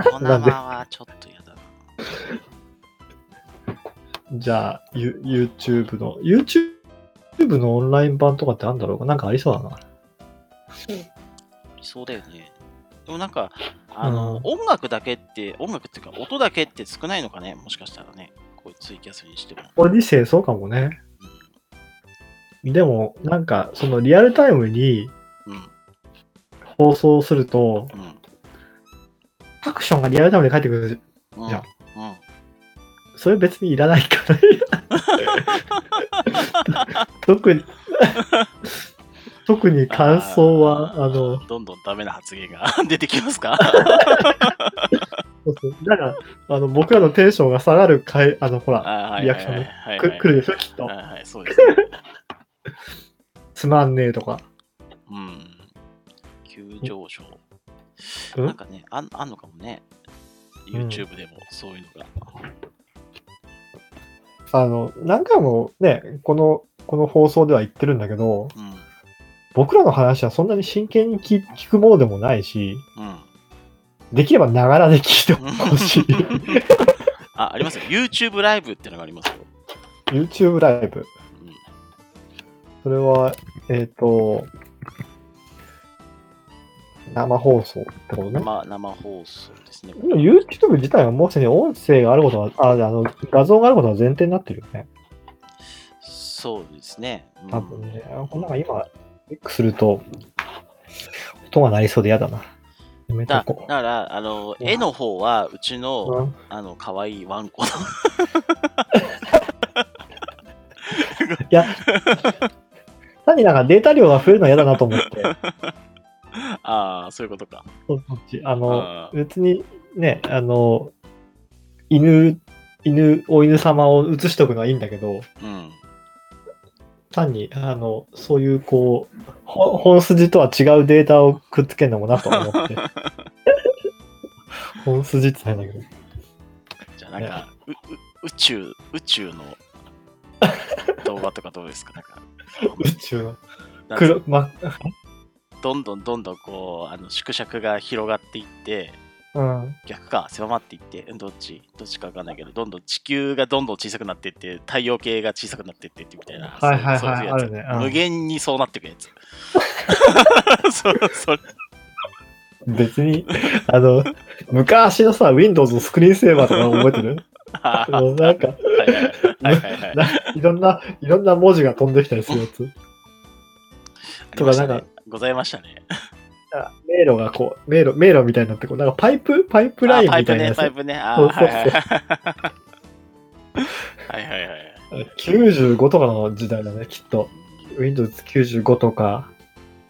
Speaker 1: ニコ生はちょっとやだな。
Speaker 2: じゃあ、ユ YouTube の、YouTube のオンライン版とかってあるんだろうかなんかありそうだな。
Speaker 1: いそうだよね。でもなんか、あの、
Speaker 2: うん
Speaker 1: 音楽だけって、音楽っていうか、音だけって少ないのかね、もしかしたらね。こういうツイキャスにしても。
Speaker 2: オディセイそうかもね。でも、なんか、そのリアルタイムに
Speaker 1: うん。うん。
Speaker 2: 放送すると、
Speaker 1: うん。
Speaker 2: アクションがリアルタイムで返ってくる。
Speaker 1: うん。
Speaker 2: いや
Speaker 1: うん
Speaker 2: それ別にいらないから。 特に、特に感想は、あ の、
Speaker 1: どんどんダメな発言が出てきますか
Speaker 2: そうそうだから、あの、僕らのテンションが下がる回、あの、ほら、
Speaker 1: あ
Speaker 2: リアクションね
Speaker 1: はいはい
Speaker 2: く
Speaker 1: はい
Speaker 2: 来るでしょ、きっと
Speaker 1: は。いはい、そうです ね。
Speaker 2: つまんねえとか。
Speaker 1: うん。急上昇。
Speaker 2: うん
Speaker 1: なんかね、あんあんのかもね。YouTube でもそういうのが。
Speaker 2: あの、何回もね、この、この放送では言ってるんだけど、
Speaker 1: うん。
Speaker 2: 僕らの話はそんなに真剣に聞聞くものでもないし、
Speaker 1: うん。
Speaker 2: できればながらで聞いてほし い。
Speaker 1: あ、ありますよ。YouTube ライブってのがありますよ。
Speaker 2: YouTube ライブ。
Speaker 1: うん
Speaker 2: それは、えっ、と、生放送ってことね。
Speaker 1: 生生放送ですね。
Speaker 2: 今 YouTube 自体はもうすでに音声があることは、ああの画像があることは前提になってるよね。
Speaker 1: そうですね。うん
Speaker 2: 多分ね。こんなんか今、クリックすると、音が鳴りそうで嫌だな。やめと
Speaker 1: だだ
Speaker 2: こ
Speaker 1: から、あの、
Speaker 2: うん
Speaker 1: 絵の方は、うち
Speaker 2: う。
Speaker 1: の、
Speaker 2: うん
Speaker 1: あの、可愛いワンコの、
Speaker 2: いや、単になんかデータ量が増えるのは嫌だなと思って、
Speaker 1: ああ、そういうことか。
Speaker 2: そっち、あの、
Speaker 1: あー
Speaker 2: 別にね、あの、犬、犬、お犬様を映しとくのはいいんだけど、
Speaker 1: うん。
Speaker 2: 単に、あの、そういう、こう、ほ本筋とは違うデータをくっつけるのもなと思 って。本筋ってないんだけど。
Speaker 1: じゃあ、なんか、うう宇宙、宇宙 の動画とかどうですかなんか、
Speaker 2: 宇宙の
Speaker 1: なんか
Speaker 2: 黒、ま、
Speaker 1: どんどんどんどんこう、あの縮尺が広がっていって、
Speaker 2: うん。
Speaker 1: 逆か、狭まっていって、うんどっち、どっちかわかんないけど、どんどん地球がどんどん小さくなっていって、太陽系が小さくなっていってってみたいな。
Speaker 2: はいはいはい
Speaker 1: そうそういうやつ
Speaker 2: あるねうん
Speaker 1: 無限にそうなっていくや つ。そうそれ
Speaker 2: 別に、あの、昔のさ、Windows のスクリーンセーバーとか覚えてる
Speaker 1: あー
Speaker 2: もうなんか、
Speaker 1: はいはいはいはいはい。
Speaker 2: いろん な、いろんな文字が飛んできたりするやつ。とかなんか
Speaker 1: ありましたねございましたね。
Speaker 2: 迷路がこう、迷路、迷路みたいになって、こう、なんかパイプパイプライン
Speaker 1: あパイ
Speaker 2: みた
Speaker 1: プ
Speaker 2: いな
Speaker 1: ね、
Speaker 2: やつ。
Speaker 1: パイプね。あー
Speaker 2: そう
Speaker 1: はい
Speaker 2: そう
Speaker 1: はい
Speaker 2: そ
Speaker 1: はい はいはい。
Speaker 2: 95とかの時代だね、きっと。Windows95 とか、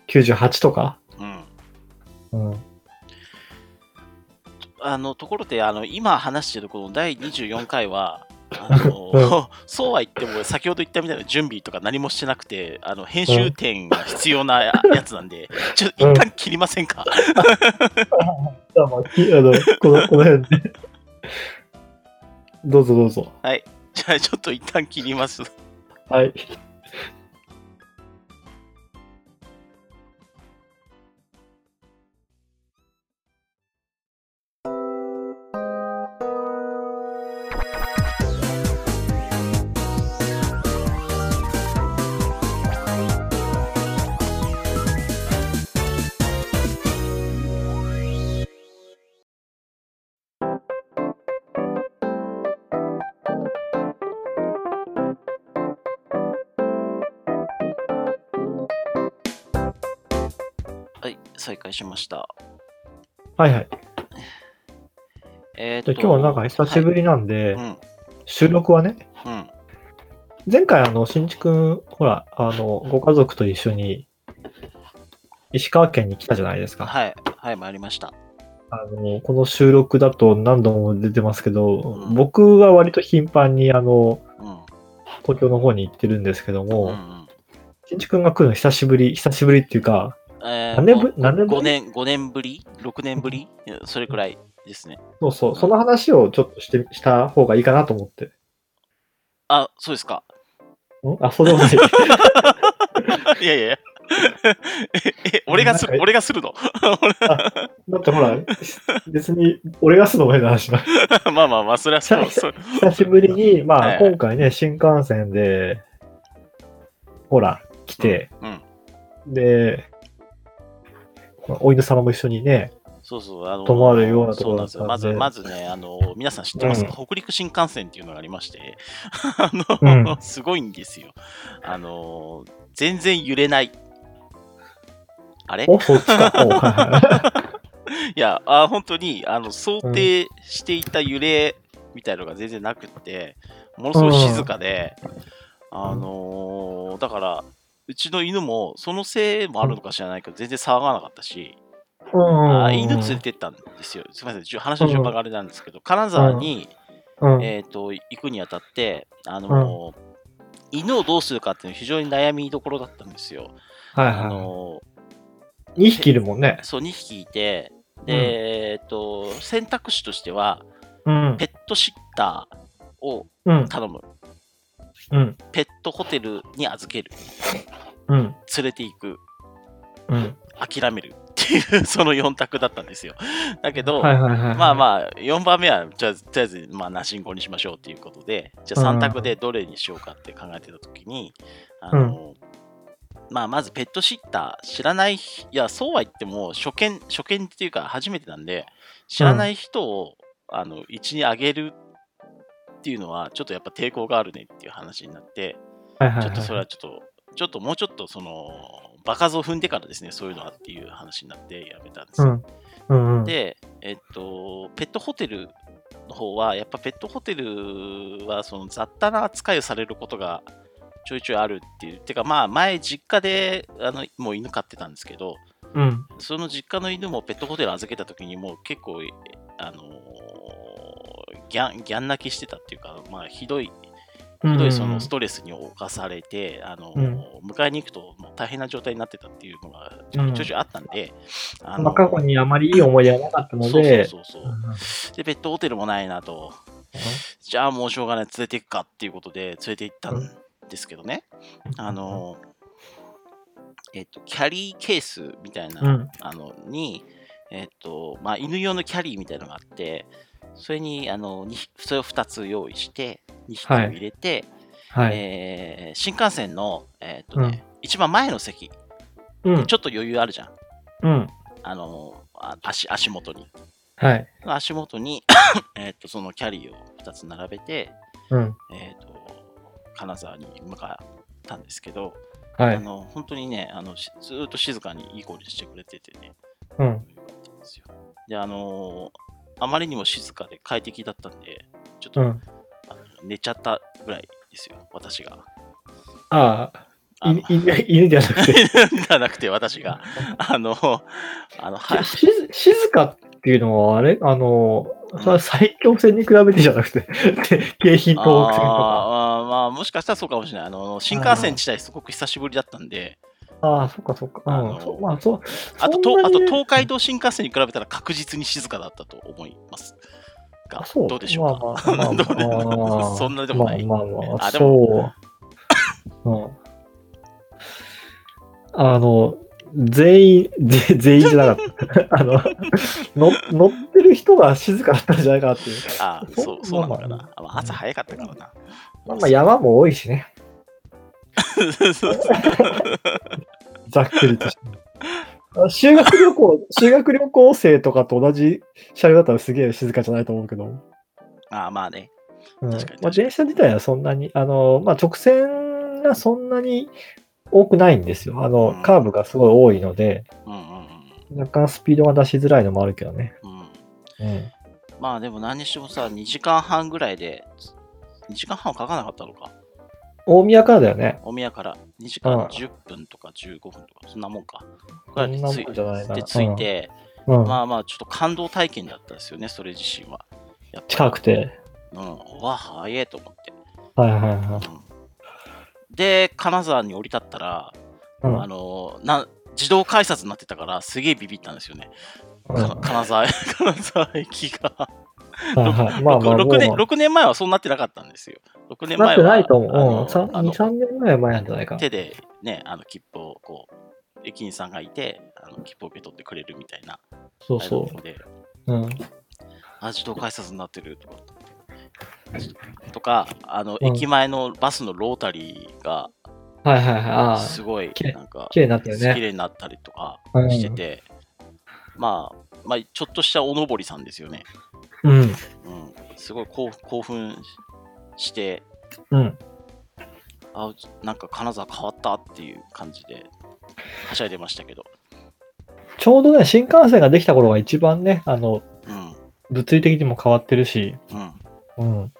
Speaker 2: 98とか。
Speaker 1: うん。
Speaker 2: うん。
Speaker 1: あのところであの今話してるこの第24回はあ のそうは言っても先ほど言ったみたいな準備とか何もしてなくてあの編集点が必要な ややつなんでちょっと一旦切りませんか、
Speaker 2: じ ゃあ、まあ、きあの、この、この辺 で。どうぞどうぞ。
Speaker 1: じゃあちょっと一旦切ります
Speaker 2: はい。
Speaker 1: はい再開しました
Speaker 2: はいはい。
Speaker 1: えー、
Speaker 2: じゃあ今日はなんか久しぶりなんで、
Speaker 1: はい
Speaker 2: 収録はね、
Speaker 1: うんうん
Speaker 2: 前回あの、新地くん、ほら、あの、ご家族と一緒に、石川県に来たじゃないですか。
Speaker 1: はいはい参りました
Speaker 2: あの、この収録だと何度も出てますけど、
Speaker 1: うん
Speaker 2: 僕は割と頻繁にあの、
Speaker 1: うん
Speaker 2: 東京の方に行ってるんですけど
Speaker 1: うんう
Speaker 2: も、
Speaker 1: ん
Speaker 2: 新地くんが来るの久しぶり、久しぶりっていうか、
Speaker 1: え
Speaker 2: 何年ぶ何年ぶり
Speaker 1: 5年五年ぶり6年ぶりうんそれくらいですね
Speaker 2: そうそう、その話をちょっとして、した方がいいかなと思って。
Speaker 1: あそうですか
Speaker 2: んあ、そうでもない。
Speaker 1: いやいやい や。え、え俺がす
Speaker 2: なん
Speaker 1: る、
Speaker 2: か
Speaker 1: 俺がするの
Speaker 2: だってほら、別に俺がすのも変な話だ。
Speaker 1: まあまあまあ、それはそう。 そう
Speaker 2: 久しぶりに、ま
Speaker 1: は
Speaker 2: あ
Speaker 1: いはい
Speaker 2: 今回ね、新幹線で、ほら、来て、
Speaker 1: うん、
Speaker 2: で、ほらお犬様も一緒にね、
Speaker 1: そうそう。あの
Speaker 2: 泊まるようなところだったん
Speaker 1: そ
Speaker 2: で
Speaker 1: うなんですよ。まず、まずね、あの、皆さん知ってますか、北陸新幹線っていうのがありまして、 あの、
Speaker 2: う
Speaker 1: すごいんですよ。あの、全然揺れない。あれ
Speaker 2: お、そっ ちか、お、はいはい
Speaker 1: やあ、本当にあの想定していた揺れみたいのが全然なくって、ものすごい静かで、あのーだから、うちの犬もそのせいもあるのか知らないけど、全然騒がなかったし、
Speaker 2: うん。
Speaker 1: あ犬連れてったんですよ。すみません、じゅ話の順番があれなんですけど、金沢に、
Speaker 2: うん。
Speaker 1: えー、と行くにあたって、あのー犬をどうするかっていうの非常に悩みどころだったんですよ。
Speaker 2: はい
Speaker 1: あ
Speaker 2: は
Speaker 1: の
Speaker 2: い。2匹いるもんね
Speaker 1: ー。そう2匹いて、で
Speaker 2: うん
Speaker 1: えー、と選択肢としては、
Speaker 2: うん。
Speaker 1: ペットシッターを
Speaker 2: うん。
Speaker 1: 頼む、
Speaker 2: うん。
Speaker 1: ペットホテルに預ける、
Speaker 2: うん。
Speaker 1: 連れて行く、
Speaker 2: うん。
Speaker 1: 諦めるっていう、その4択だったんですよ。だけど、
Speaker 2: はいはい はい。
Speaker 1: まあまあ、4番目は、じゃあ、とりあえず、まあ、ナシンコにしましょうっていうことで、じゃあ
Speaker 2: うん
Speaker 1: 3択でどれにしようかって考えてたときに、あの、まあ、まずペットシッター、知らない人、いや、そうは言っても、初見、初見っていうか、初めてなんで、知らない人を、あの、1にあげるっていうのは、ちょっとやっぱ抵抗があるねっていう話になって、
Speaker 2: あ、はいはいはい、
Speaker 1: ちょっとそれはちょっと、ちょっともうちょっと、その、場数を踏んでからですね、そういうのはっていう話になってやめたんです
Speaker 2: う
Speaker 1: よ。
Speaker 2: ん。うんうん。
Speaker 1: で、えっと、ペットホテルの方は、やっぱペットホテルはその雑多な扱いをされることがちょいちょいあるっていう。てか、まあ、前、実家であのもう犬飼ってたんですけど、
Speaker 2: うん。
Speaker 1: その実家の犬もペットホテル預けた時に、もう結構、えあのーギャンギャン泣きしてたっていうか、まあ、ひどい、ひどいそのストレスに侵されて、あのー迎えに行くともう大変な状態になってたっていうのがちょいちょいあったんで、あ
Speaker 2: まあ、過去にあまりいい思い出はなかったので、
Speaker 1: そうそうそう
Speaker 2: う
Speaker 1: そう。で、ペットホテルもないなと。じゃあもうしょうがない、連れて行くかっていうことで連れて行ったんですけどね。あの、えっと、キャリーケースみたいな、
Speaker 2: うん
Speaker 1: あの、に、えっと、まあ、犬用のキャリーみたいなのがあって、それに、あの、にそれを2つ用意して、2匹を
Speaker 2: はい
Speaker 1: 入れて、
Speaker 2: はい。
Speaker 1: えー新幹線の、えっとね、一番前の席、
Speaker 2: うん。
Speaker 1: ちょっと余裕あるじゃん。
Speaker 2: うん。
Speaker 1: あの、あ足足元に。
Speaker 2: はい。
Speaker 1: 足元に、 えーっと、そのキャリーを2つ並べて、
Speaker 2: うん。
Speaker 1: えーっと、金沢に向かったんですけど、
Speaker 2: は
Speaker 1: あ
Speaker 2: い。
Speaker 1: の本当にねあの、しずーっと静かにいい子にしてくれててね、
Speaker 2: うん。
Speaker 1: よかったんですよ。で、あのーあまりにも静かで快適だったんで、ちょっと、
Speaker 2: うん。
Speaker 1: あの寝ちゃったぐらいですよ、私が。
Speaker 2: ああ、
Speaker 1: あの
Speaker 2: い犬犬じゃなくて、
Speaker 1: じゃなくて、私が。あの、あの、 は
Speaker 2: し静静かっていうのは、あれあの、それは最強戦に比べてじゃなくて、 で京浜東北線とか。
Speaker 1: あーまあ、もしかしたらそうかもしれない。あの新幹線自体、すごく久しぶりだったんで、
Speaker 2: ああ、そっかそっか。
Speaker 1: あ
Speaker 2: う
Speaker 1: の
Speaker 2: ん。そうまあ、そう。
Speaker 1: あと
Speaker 2: そん
Speaker 1: と、
Speaker 2: な
Speaker 1: あ
Speaker 2: に
Speaker 1: と
Speaker 2: ね
Speaker 1: 東海道新幹線に比べたら確実に静かだったと思いますが
Speaker 2: あ、そう
Speaker 1: どうでしょうか、
Speaker 2: まあまあ
Speaker 1: どう で
Speaker 2: まあまあ
Speaker 1: そんなでもない。
Speaker 2: まあまあまあ、
Speaker 1: あで
Speaker 2: そう。 うん。あの、全員、ぜ 全員じゃなかった。 あの、の乗ってる人が静かだったんじゃないかなっていう。
Speaker 1: あ
Speaker 2: そ
Speaker 1: そうそうなのか
Speaker 2: まあ
Speaker 1: な。あまあ朝早かったからな。
Speaker 2: まあまあ山も多いしね、
Speaker 1: そうそう
Speaker 2: ざっくりとして。あ修学旅行、 修学旅行生とかと同じ車両だったらすげえ静かじゃないと思うけど。
Speaker 1: あ まあね。
Speaker 2: うん
Speaker 1: 確かに
Speaker 2: まあ、電車自体はそんなに、あのまあ、直線がそんなに多くないんですよ。あの
Speaker 1: うん
Speaker 2: カーブがすごい多いので、
Speaker 1: うんうん
Speaker 2: 若干スピードが出しづらいのもあるけどね。
Speaker 1: うんうん。
Speaker 2: うん、
Speaker 1: まあでも何にしてもさ、2時間半ぐらいで、2時間半はかかなかったのか。
Speaker 2: 大宮からだよね。
Speaker 1: お宮から2時間
Speaker 2: うん
Speaker 1: 10分とか15分とか、そんなもんか。
Speaker 2: そんなもんじゃないな
Speaker 1: で、ついて、
Speaker 2: うん
Speaker 1: まあまあ、ちょっと感動体験だったですよね、それ自身は。やっぱり
Speaker 2: 近くて。
Speaker 1: うん、うわ、早えと思って。
Speaker 2: はいはいはい。
Speaker 1: うんで、金沢に降り立ったら、
Speaker 2: うん
Speaker 1: あのな自動改札になってたから、すげえビビったんですよね。
Speaker 2: うん
Speaker 1: か金沢 金沢駅が
Speaker 2: はいはいまあまあ、もう
Speaker 1: 6, 年。6年前はそうなってなかったんですよ。6年前は。
Speaker 2: なってないと思う
Speaker 1: あ
Speaker 2: うん。
Speaker 1: の
Speaker 2: 3
Speaker 1: あの
Speaker 2: 2、3年ぐらい前なんじゃないか。
Speaker 1: 手で、ね、あの切符をこう、駅員さんがいて、あの切符を受け取ってくれるみたいな。
Speaker 2: そ
Speaker 1: そう
Speaker 2: そ
Speaker 1: で
Speaker 2: う。うん。
Speaker 1: あ、自動改札になってるとかって。とか、あの、
Speaker 2: うん
Speaker 1: 駅前のバスのロータリーが
Speaker 2: はいはいはい。ああ、
Speaker 1: すごい
Speaker 2: 綺麗
Speaker 1: なんか
Speaker 2: 綺麗になったよ
Speaker 1: 綺
Speaker 2: ね。
Speaker 1: 麗になったりとか
Speaker 2: うん
Speaker 1: してて、まあ、まあ、ちょっとしたおのぼりさんですよね。
Speaker 2: うん。
Speaker 1: うん、すごい興興奮して、
Speaker 2: うん。
Speaker 1: あ、なんか金沢変わったっていう感じで、はしゃいでましたけど。
Speaker 2: ちょうどね、新幹線ができた頃が一番ね、あの、
Speaker 1: うん、
Speaker 2: 物理的にも変わってるし、
Speaker 1: うん、
Speaker 2: うん。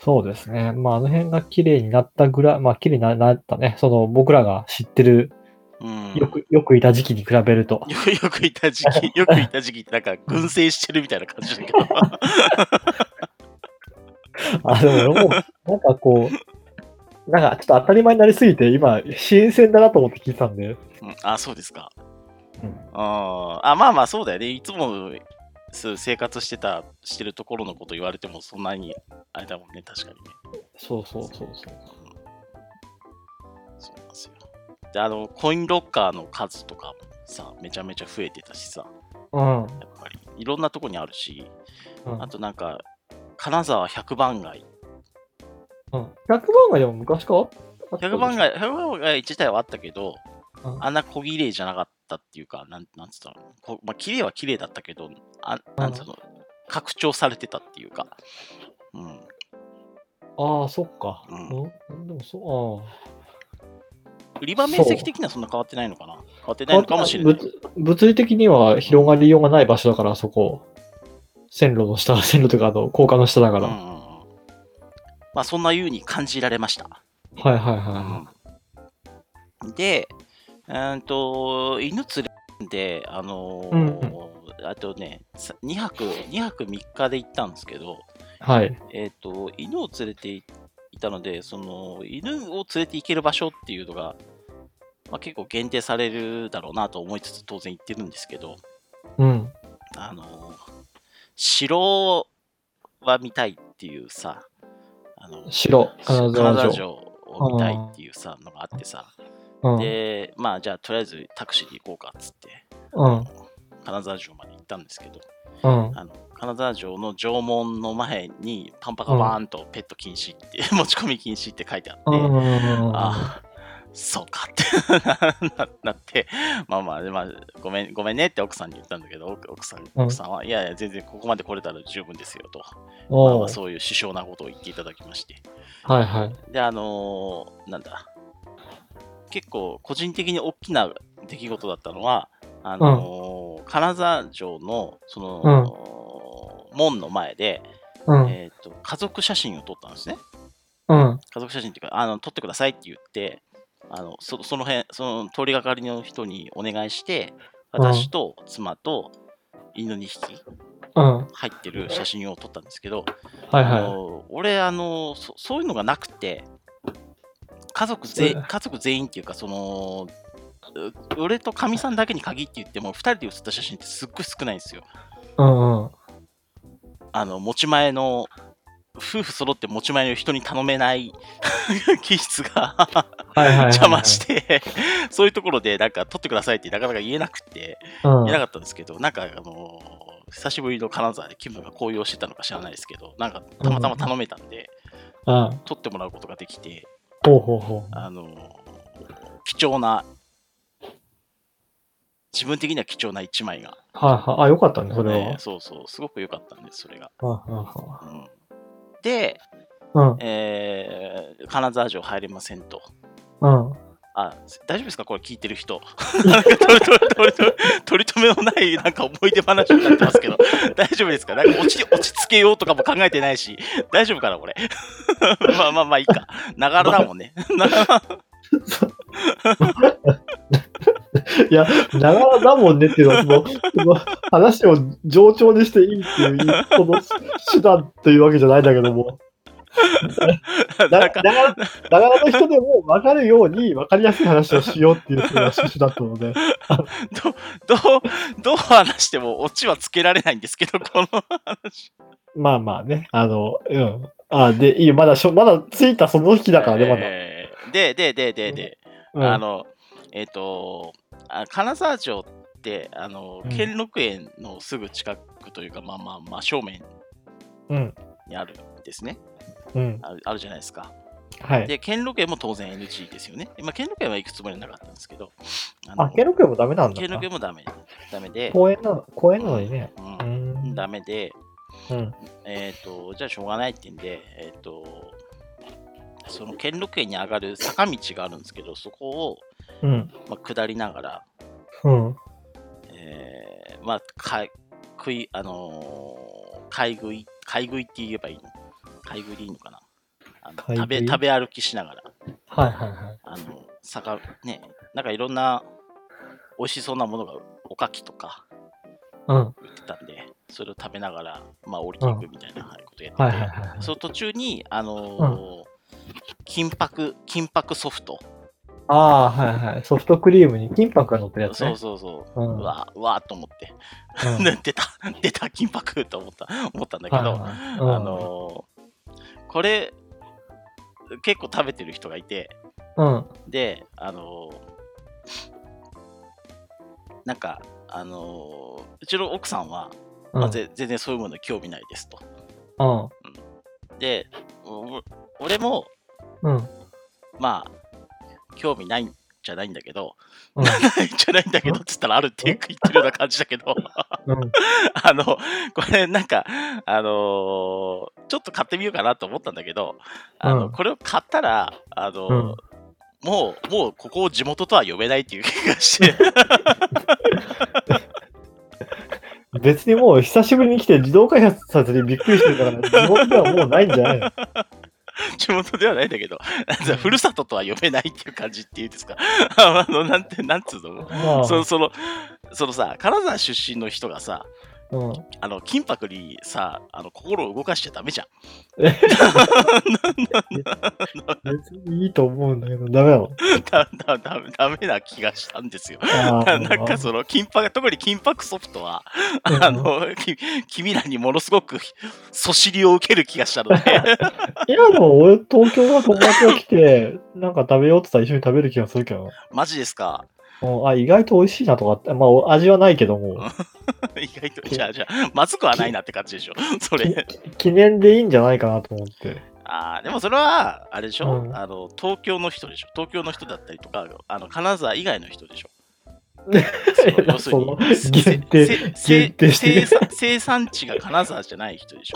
Speaker 2: そうですね。まあ、あの辺が綺麗になったぐらい、まあ、綺麗にななったね。その、僕らが知ってる
Speaker 1: うん。
Speaker 2: よく、よくいた時期に比べると。
Speaker 1: よよくいた時期、よくいた時期ってなんか群生してるみたいな感じだけど。
Speaker 2: あ、でも、もう、なんかこう、なんかちょっと当たり前になりすぎて、今、新鮮だなと思って聞いてたんで。
Speaker 1: うんあ、そうですか。
Speaker 2: うん
Speaker 1: あーあ、まあまあそうだよね。いつもそう生活してた、してるところのこと言われてもそんなにあれだもんね、確かにね。
Speaker 2: そうそうそうそう。
Speaker 1: そうなんですよ。で、あの、コインロッカーの数とかもさ、めちゃめちゃ増えてたしさ、
Speaker 2: うん。うん
Speaker 1: やっぱりいろんなとこにあるし、あとなんか、金沢100番街。
Speaker 2: うん、100番街でも昔からあった
Speaker 1: 100番街、100番街自体はあったけど、
Speaker 2: うん
Speaker 1: あんな小綺麗じゃなかったっていうか、なんなんつったのこまあ、綺麗は綺麗だったけど、あなんつうの、拡張されてたっていうか、うん、
Speaker 2: ああ、そっか。
Speaker 1: う
Speaker 2: うん。でもそう、ああ。
Speaker 1: 売り場面積的にはそんな変わってないのかな変わってないのかもしれない。
Speaker 2: 物物理的には広がりようがない場所だから、あそこ。線路の下、 線路というか、あの、高架の下だか
Speaker 1: うんう
Speaker 2: ら。
Speaker 1: んうんまあ、そんなように感じられました。
Speaker 2: はいはいは
Speaker 1: で、うーんと、犬連れて、あのーあとね、2泊、2泊3日で行ったんですけど、
Speaker 2: い。はい。
Speaker 1: えっ、と、犬を連れていたので、その、犬を連れて行ける場所っていうのが、まあ、結構限定されるだろうなと思いつつ当然行ってるんですけど、
Speaker 2: うん。
Speaker 1: あのー城は見たいっていうさ、あの
Speaker 2: 白、金
Speaker 1: 金沢
Speaker 2: 沢城。
Speaker 1: 城を見たいっていうさ、のがあってさ、
Speaker 2: うん。うん。
Speaker 1: で、まあ、じゃあ、とりあえずタクシーで行こうかっつって、金沢城まで行ったんですけど、
Speaker 2: うん。
Speaker 1: あの金沢城の城門の前に、パンパカバーンとペット禁止って、持ち込み禁止って書いてあって、
Speaker 2: うん。
Speaker 1: ああ、そうかって ななって、まあまあ、でまあ、ごめん、ごめんねって奥さんに言ったんだけど、奥奥さん、
Speaker 2: うん
Speaker 1: 奥さんは、いやいや、全然ここまで来れたら十分ですよと、まあ
Speaker 2: お
Speaker 1: まあ
Speaker 2: う
Speaker 1: そういう殊勝なことを言っていただきまして。
Speaker 2: はいはい。
Speaker 1: で、あのーなんだ、結構個人的に大きな出来事だったのは、あのー金沢城の、その、門の前で、
Speaker 2: うん。
Speaker 1: えっ、と、家族写真を撮ったんですね。
Speaker 2: うん。
Speaker 1: 家族写真っていうか、あの、撮ってくださいって言って、あの、そその辺、その通りがかりの人にお願いして、
Speaker 2: うん
Speaker 1: 私と妻と犬2匹
Speaker 2: うん。
Speaker 1: 入ってる写真を撮ったんですけど、
Speaker 2: はい
Speaker 1: あ
Speaker 2: は
Speaker 1: の俺あのそ、そういうのがなくて、家族ぜ
Speaker 2: うん
Speaker 1: 家族全員っていうか、その、う俺とかみさんだけに限って言っても、2人で写った写真ってすっごい少ないんですよ。
Speaker 2: い。うんうん。
Speaker 1: あの、持ち前の、夫婦揃って持ち前の人に頼めない 気質が
Speaker 2: はいはい。
Speaker 1: 邪魔し。て、そういうところで、なんか、撮ってくださいってなかなか言えなくて、
Speaker 2: うん
Speaker 1: 言え。なかったんですけど、なんか、あのー久しぶりの金沢で気分が高揚してたのか知らないですけど、なんか、たまたま頼めたんで、
Speaker 2: うん。
Speaker 1: 撮ってもらうことができて、
Speaker 2: ほうほうほ
Speaker 1: あの貴重な、自分的には貴重な一枚が、
Speaker 2: う。はいはい。あ、よかったね、それは。
Speaker 1: えーそうそう、すごく良かったんです、それが。
Speaker 2: はいは
Speaker 1: うんで、
Speaker 2: いはい
Speaker 1: えー金沢城入れませんと。
Speaker 2: うん。うん。
Speaker 1: あ、大丈夫ですかこれ聞いてる人。 なんか取り取り取り取り取り留めのないなんか思い出話になってますけど、 大丈夫ですかなんか落ち落ち着けようとかも考えてないし、大丈夫かなこれ。 まあまあまあいいか。ながらだもんね。ながら
Speaker 2: いや、ながらだもんねっていうのは、その、その話を冗長にしていいっていう、この手段というわけじゃないんだけども、な
Speaker 1: な
Speaker 2: なん
Speaker 1: か
Speaker 2: がら、ながらの人でも分かるように分かりやすい話をしようっていうふうな趣旨だったので、
Speaker 1: どう、どう話してもオチはつけられないんですけど、この、
Speaker 2: まあまあね、あの、うん。あ、で、いい、まだしょ、まだついたその日だからね、まだ。
Speaker 1: えーで、で、で、で、で、
Speaker 2: うん
Speaker 1: あの、えっ、とあ、金沢城って、あの
Speaker 2: う、ん
Speaker 1: 兼六園のすぐ近くというか、まあまあ、真正面
Speaker 2: うん。
Speaker 1: にあるんですね。
Speaker 2: うん。
Speaker 1: あるあるじゃないですか。
Speaker 2: はい。
Speaker 1: で、兼六園も当然 NG ですよね。まあ、兼六園は行くつもりはなかったんですけど、あ
Speaker 2: あ、ケロクもダメなんだ
Speaker 1: 兼
Speaker 2: な
Speaker 1: 六。園もダメ、ダメで、
Speaker 2: 公園なの、公園なのにね。う
Speaker 1: う
Speaker 2: ー
Speaker 1: ん、
Speaker 2: ん。
Speaker 1: ダメで、
Speaker 2: うん。
Speaker 1: えっ、と、じゃあしょうがないってんで、えっ、と、その兼六園に上がる坂道があるんですけど、そこを、
Speaker 2: うん。
Speaker 1: まあ、下りながら、
Speaker 2: うん。
Speaker 1: えーまあ、かい食い、あのー買い食い、買い食いって言えばいいの買い食いでいいのかなあの
Speaker 2: 買い
Speaker 1: 食
Speaker 2: 食
Speaker 1: べ
Speaker 2: い
Speaker 1: 食べ歩きしながら、
Speaker 2: はいはいはい。
Speaker 1: あの、坂、ね、なんかいろんな美味しそうなものがおかきとか
Speaker 2: うん。はい
Speaker 1: 売ってたんで、それを食べながら、まあ、降りていくみたいなはいことやってて、
Speaker 2: はいはい。
Speaker 1: その途中に、あのー金箔、金箔ソフト、
Speaker 2: ああ、はいはい。ソフトクリームに金箔が乗ってるやつ
Speaker 1: そ
Speaker 2: ね。
Speaker 1: う。そうそうう、うんわうわーっと思って、
Speaker 2: うん
Speaker 1: 出た、出た、金箔と思った、思ったんだけど、
Speaker 2: はいはい
Speaker 1: あ、のーこれ、結構食べてる人がいて、
Speaker 2: うんうん。
Speaker 1: で、あのーなんか、あのーうちの奥さんは、
Speaker 2: うん。
Speaker 1: まあぜ全然そういうものに興味ないですと。
Speaker 2: うん。
Speaker 1: で、お俺も、
Speaker 2: うん。
Speaker 1: まあ、興味ないんじゃないんだけど、
Speaker 2: うん
Speaker 1: ないん じゃないんだけどっつったらあるっていう言ってるような感じだ けど、
Speaker 2: うん。
Speaker 1: あの、これなんか、あのーちょっと買ってみようかなと思ったんだけど、あの
Speaker 2: うん
Speaker 1: これを買ったら、あのー
Speaker 2: うん
Speaker 1: もう、もうここを地元とは呼べないっていう気がして、
Speaker 2: 別にもう久しぶりに来て自動開発させてびっくりしてるから、自分ではもうないんじゃ ないの
Speaker 1: 地元ではないんだけど、なんかふるさととは呼べないっていう感じっていうんですか。 あの、なんて、なんつうの
Speaker 2: まあ、
Speaker 1: その、その、そのさ、金沢出身の人がさ、
Speaker 2: うん。
Speaker 1: あの、金箔にさ、あの、心を動かしちゃダメじゃん。
Speaker 2: 別にいいと思うんだけど、ダメなの。
Speaker 1: だ、だ、だ、ダメな気がしたんですよ。
Speaker 2: あ
Speaker 1: な
Speaker 2: あ
Speaker 1: なんかその金箔特に金箔ソフトは、
Speaker 2: うん
Speaker 1: あのき君らにものすごくそしりを受ける気がしたの で
Speaker 2: 今でも俺、東京の友達が来て、なんか食べようって言ったら一緒に食べる気がするけど、
Speaker 1: マジです か
Speaker 2: うんあ、意外と美味しいなとかって、まあ味はないけども、
Speaker 1: 意外とじゃあじゃあまずくはないなって感じでしょそれ
Speaker 2: 記念でいいんじゃないかなと思って。
Speaker 1: あーでもそれはあれでしょ、
Speaker 2: うん
Speaker 1: あの東京の人でしょ東京の人だったりとかあの金沢以外の人でし ょその要するに
Speaker 2: その限定
Speaker 1: せせ
Speaker 2: 限定して
Speaker 1: 生産生産地が金沢じゃない人でし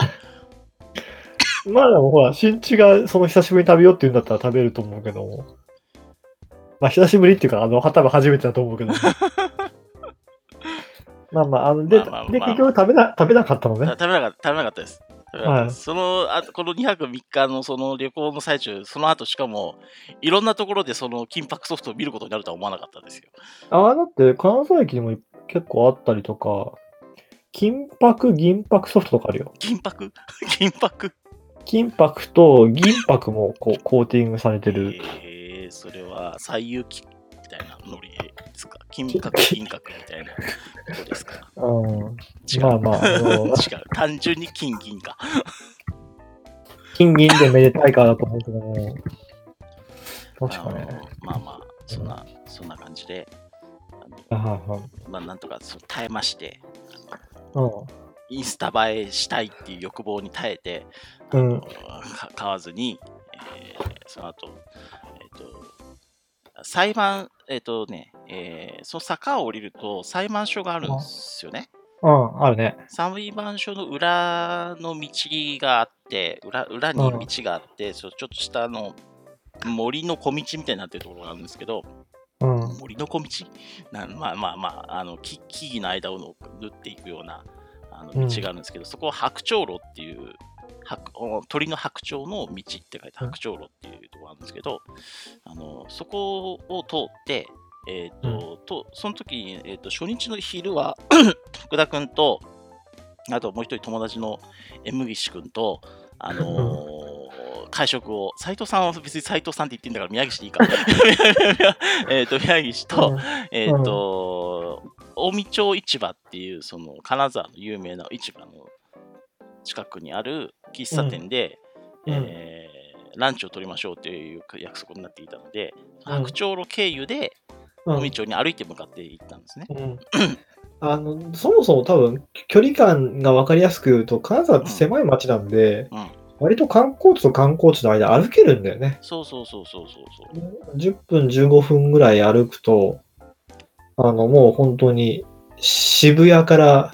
Speaker 1: ょ
Speaker 2: まあでもほら、新地がその久しぶりに食べようって言うんだったら食べると思うけども。まあ久しぶりっていうか、あの、多分初めてだと思うけ ども。まあまあ、あの、で、
Speaker 1: まあまあまあ
Speaker 2: で、結局食べな、食べなかったのね
Speaker 1: た。食べなかった食べなかったです。食べなかったですそのあこの2泊3日のその旅行の最中、その後しかもいろんなところでその金箔ソフトを見ることになるとは思わなかったんですよ。
Speaker 2: ああ、だって、関西駅にも結構あったりとか、金箔、銀箔ソフトとかあるよ。
Speaker 1: 金 箔金箔
Speaker 2: 金箔と銀箔もこうコーティングされてる。
Speaker 1: えー、それは最有機みたいなノリですか金箔、金箔みたいなことですか
Speaker 2: うん。
Speaker 1: 違う。
Speaker 2: まあまあ、あの
Speaker 1: 違う。単純に金銀か。
Speaker 2: 金銀でめでたいからだと思うけど も。確かね。
Speaker 1: あのまあまあ、そんな、そんな感じで、あの
Speaker 2: はいはい。
Speaker 1: まあなんとかそう耐えまして、
Speaker 2: うん。
Speaker 1: インスタ映えしたいっていう欲望に耐えて、
Speaker 2: うん
Speaker 1: か買わずに、えーその後、えーと裁判、えっ、とね、えーその坂を降りると裁判所があるんですよね。
Speaker 2: うん、あるね。
Speaker 1: 裁判所の裏の道があって、裏裏に道があって、そうちょっと下の森の小道みたいになってるところがあるんですけど、
Speaker 2: うん。
Speaker 1: 森の小道なまあまあまああの木木々の間を縫っていくようなあの
Speaker 2: うん
Speaker 1: 道があるんですけど、そこは白鳥路っていう白お鳥の白鳥の道って書いて白鳥路っていうところなんですけど、あのそこを通って、えーととその時に、えー、と初日の昼は 福田君とあともう一人友達の M 岸君と、あの ー会食を斎藤さんは別に斎藤さんって言ってんだから宮城市でいいか えーと宮城市と、
Speaker 2: うん
Speaker 1: えっ、と、近江町市場っていう、その金沢の有名な市場の近くにある喫茶店で、
Speaker 2: うんうん
Speaker 1: えーランチを取りましょうという約束になっていたので、
Speaker 2: うん
Speaker 1: 白鳥路経由で近
Speaker 2: う
Speaker 1: 江
Speaker 2: ん
Speaker 1: 町に歩いて向かって行ったんですね。
Speaker 2: うん、あのそもそも多分距離感が分かりやすく言うと金沢って狭い町なんで、
Speaker 1: うん
Speaker 2: 割と観光地と観光地の間歩けるんだよね
Speaker 1: そうそうそうそうそうそう。
Speaker 2: 10分15分ぐらい歩くとあのもう本当に渋谷から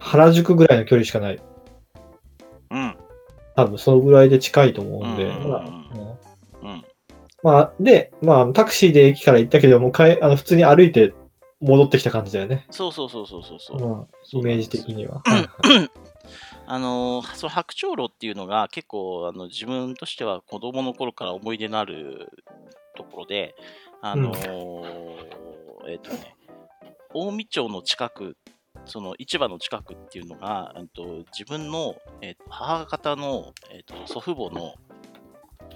Speaker 2: 原宿ぐらいの距離しかない
Speaker 1: うん。
Speaker 2: 多分そのぐらいで近いと思うんで、
Speaker 1: うん
Speaker 2: まあ
Speaker 1: うん。
Speaker 2: まあでまあタクシーで駅から行ったけどもかえあの普通に歩いて戻ってきた感じだよね、
Speaker 1: そうそうそうそうそうそう。
Speaker 2: まあ、イメージ的には。
Speaker 1: あのーその白鳥路っていうのが結構あの自分としては子供の頃から思い出のあるところで、あのーえっ、とね、近江町の近く、その市場の近くっていうのが、うんと自分の、えーと母方の、えーと祖父母の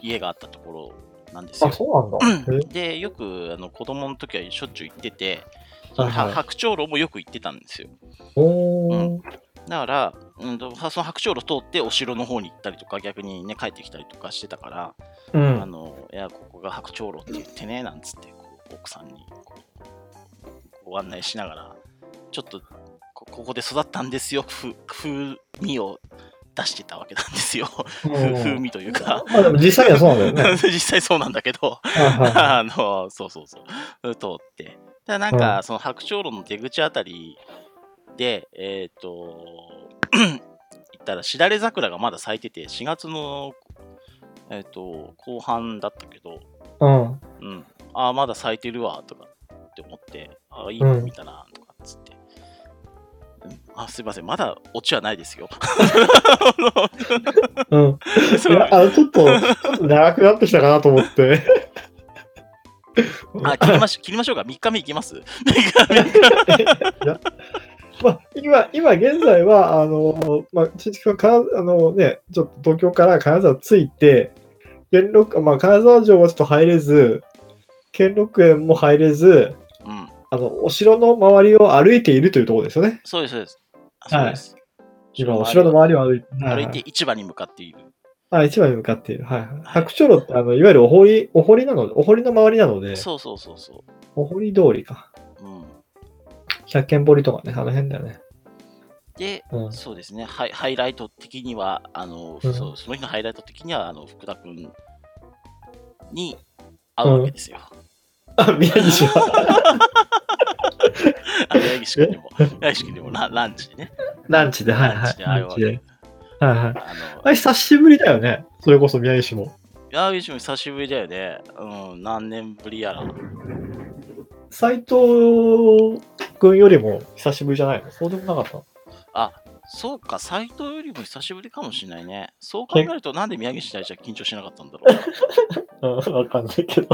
Speaker 1: 家があったところなんですよ
Speaker 2: あ、。そうなんだ。へ
Speaker 1: で、よくあの子供の時はしょっちゅう行ってて、
Speaker 2: はい
Speaker 1: は
Speaker 2: はい。
Speaker 1: 白鳥楼もよく行ってたんですよ。
Speaker 2: おー。
Speaker 1: だから、うんと、その白鳥楼通ってお城の方に行ったりとか、逆にね、帰ってきたりとかしてたから、
Speaker 2: う
Speaker 1: あ
Speaker 2: ん。
Speaker 1: のいやここが白鳥楼って言ってねなんつってこう奥さんにこうご案内しながらちょっとこここで育ったんですよふ風味を出してたわけなんですよ 風味というか
Speaker 2: まあでも実際にはそうなんだよね。
Speaker 1: 実際そうなんだけど
Speaker 2: はいはいはい
Speaker 1: あのそうそうそう通ってただなんか、その白鳥楼の出口あたりでえっ、と 行ったらしだれ桜がまだ咲いてて4月のえっ、と後半だったけど
Speaker 2: うん。
Speaker 1: うん、ああ、まだ咲いてるわとかって思って、ああ、いいの見たなとかっつって、うんあすいません、まだオチはない ですよ。
Speaker 2: うん。い
Speaker 1: そう
Speaker 2: や、あのちょっと、ちょっと長くなってきたかなと思って。
Speaker 1: あ切りまし切りましょうか、3日目いきます。3日
Speaker 2: まあ、今、今現在は、あの、まあ、新築はか、あのね、ちょっと東京から金沢着いて、兼六、まあ、金沢城はちょっと入れず、兼六園も入れず、
Speaker 1: 目うん、
Speaker 2: あの、お城の周りを歩いているというところですよね。
Speaker 1: そうです、そうです。あ
Speaker 2: は
Speaker 1: そう
Speaker 2: い
Speaker 1: です。
Speaker 2: 今、お城の周りを歩いて。
Speaker 1: 歩
Speaker 2: はいいは
Speaker 1: て
Speaker 2: い
Speaker 1: 市場に向かっている。
Speaker 2: あ、一番に向かっている。はいはい。白鳥路って、あの、いわゆるお堀、お堀なので、お堀の周りなので、
Speaker 1: そうそうそうそ
Speaker 2: お堀通りか。
Speaker 1: う。うん、
Speaker 2: 百軒堀とかね、あの辺だよね。
Speaker 1: で、
Speaker 2: うん。
Speaker 1: そうですね、ハイハイライト的には、あの
Speaker 2: うん
Speaker 1: そうその日のハイライト的には、あの福田君に会うわけですよ。
Speaker 2: あ、宮西 は
Speaker 1: あの八岸君にも、八岸君にもラランチでね。
Speaker 2: ランチで、はいはい。
Speaker 1: ランチで会うわけ
Speaker 2: ランチではいはい。
Speaker 1: あの
Speaker 2: あれ、久しぶりだよね。それこそ宮西も。
Speaker 1: 八岸君久しぶりだよね。うん、何年ぶりやら。
Speaker 2: 斎藤君よりも久しぶりじゃないのそうでもなかっ
Speaker 1: そうか、斎藤よりも久しぶりかもしれないね。そう考えると、なんで宮岸大地は緊張しなかったんだろう。
Speaker 2: た。うん、わかんないけど。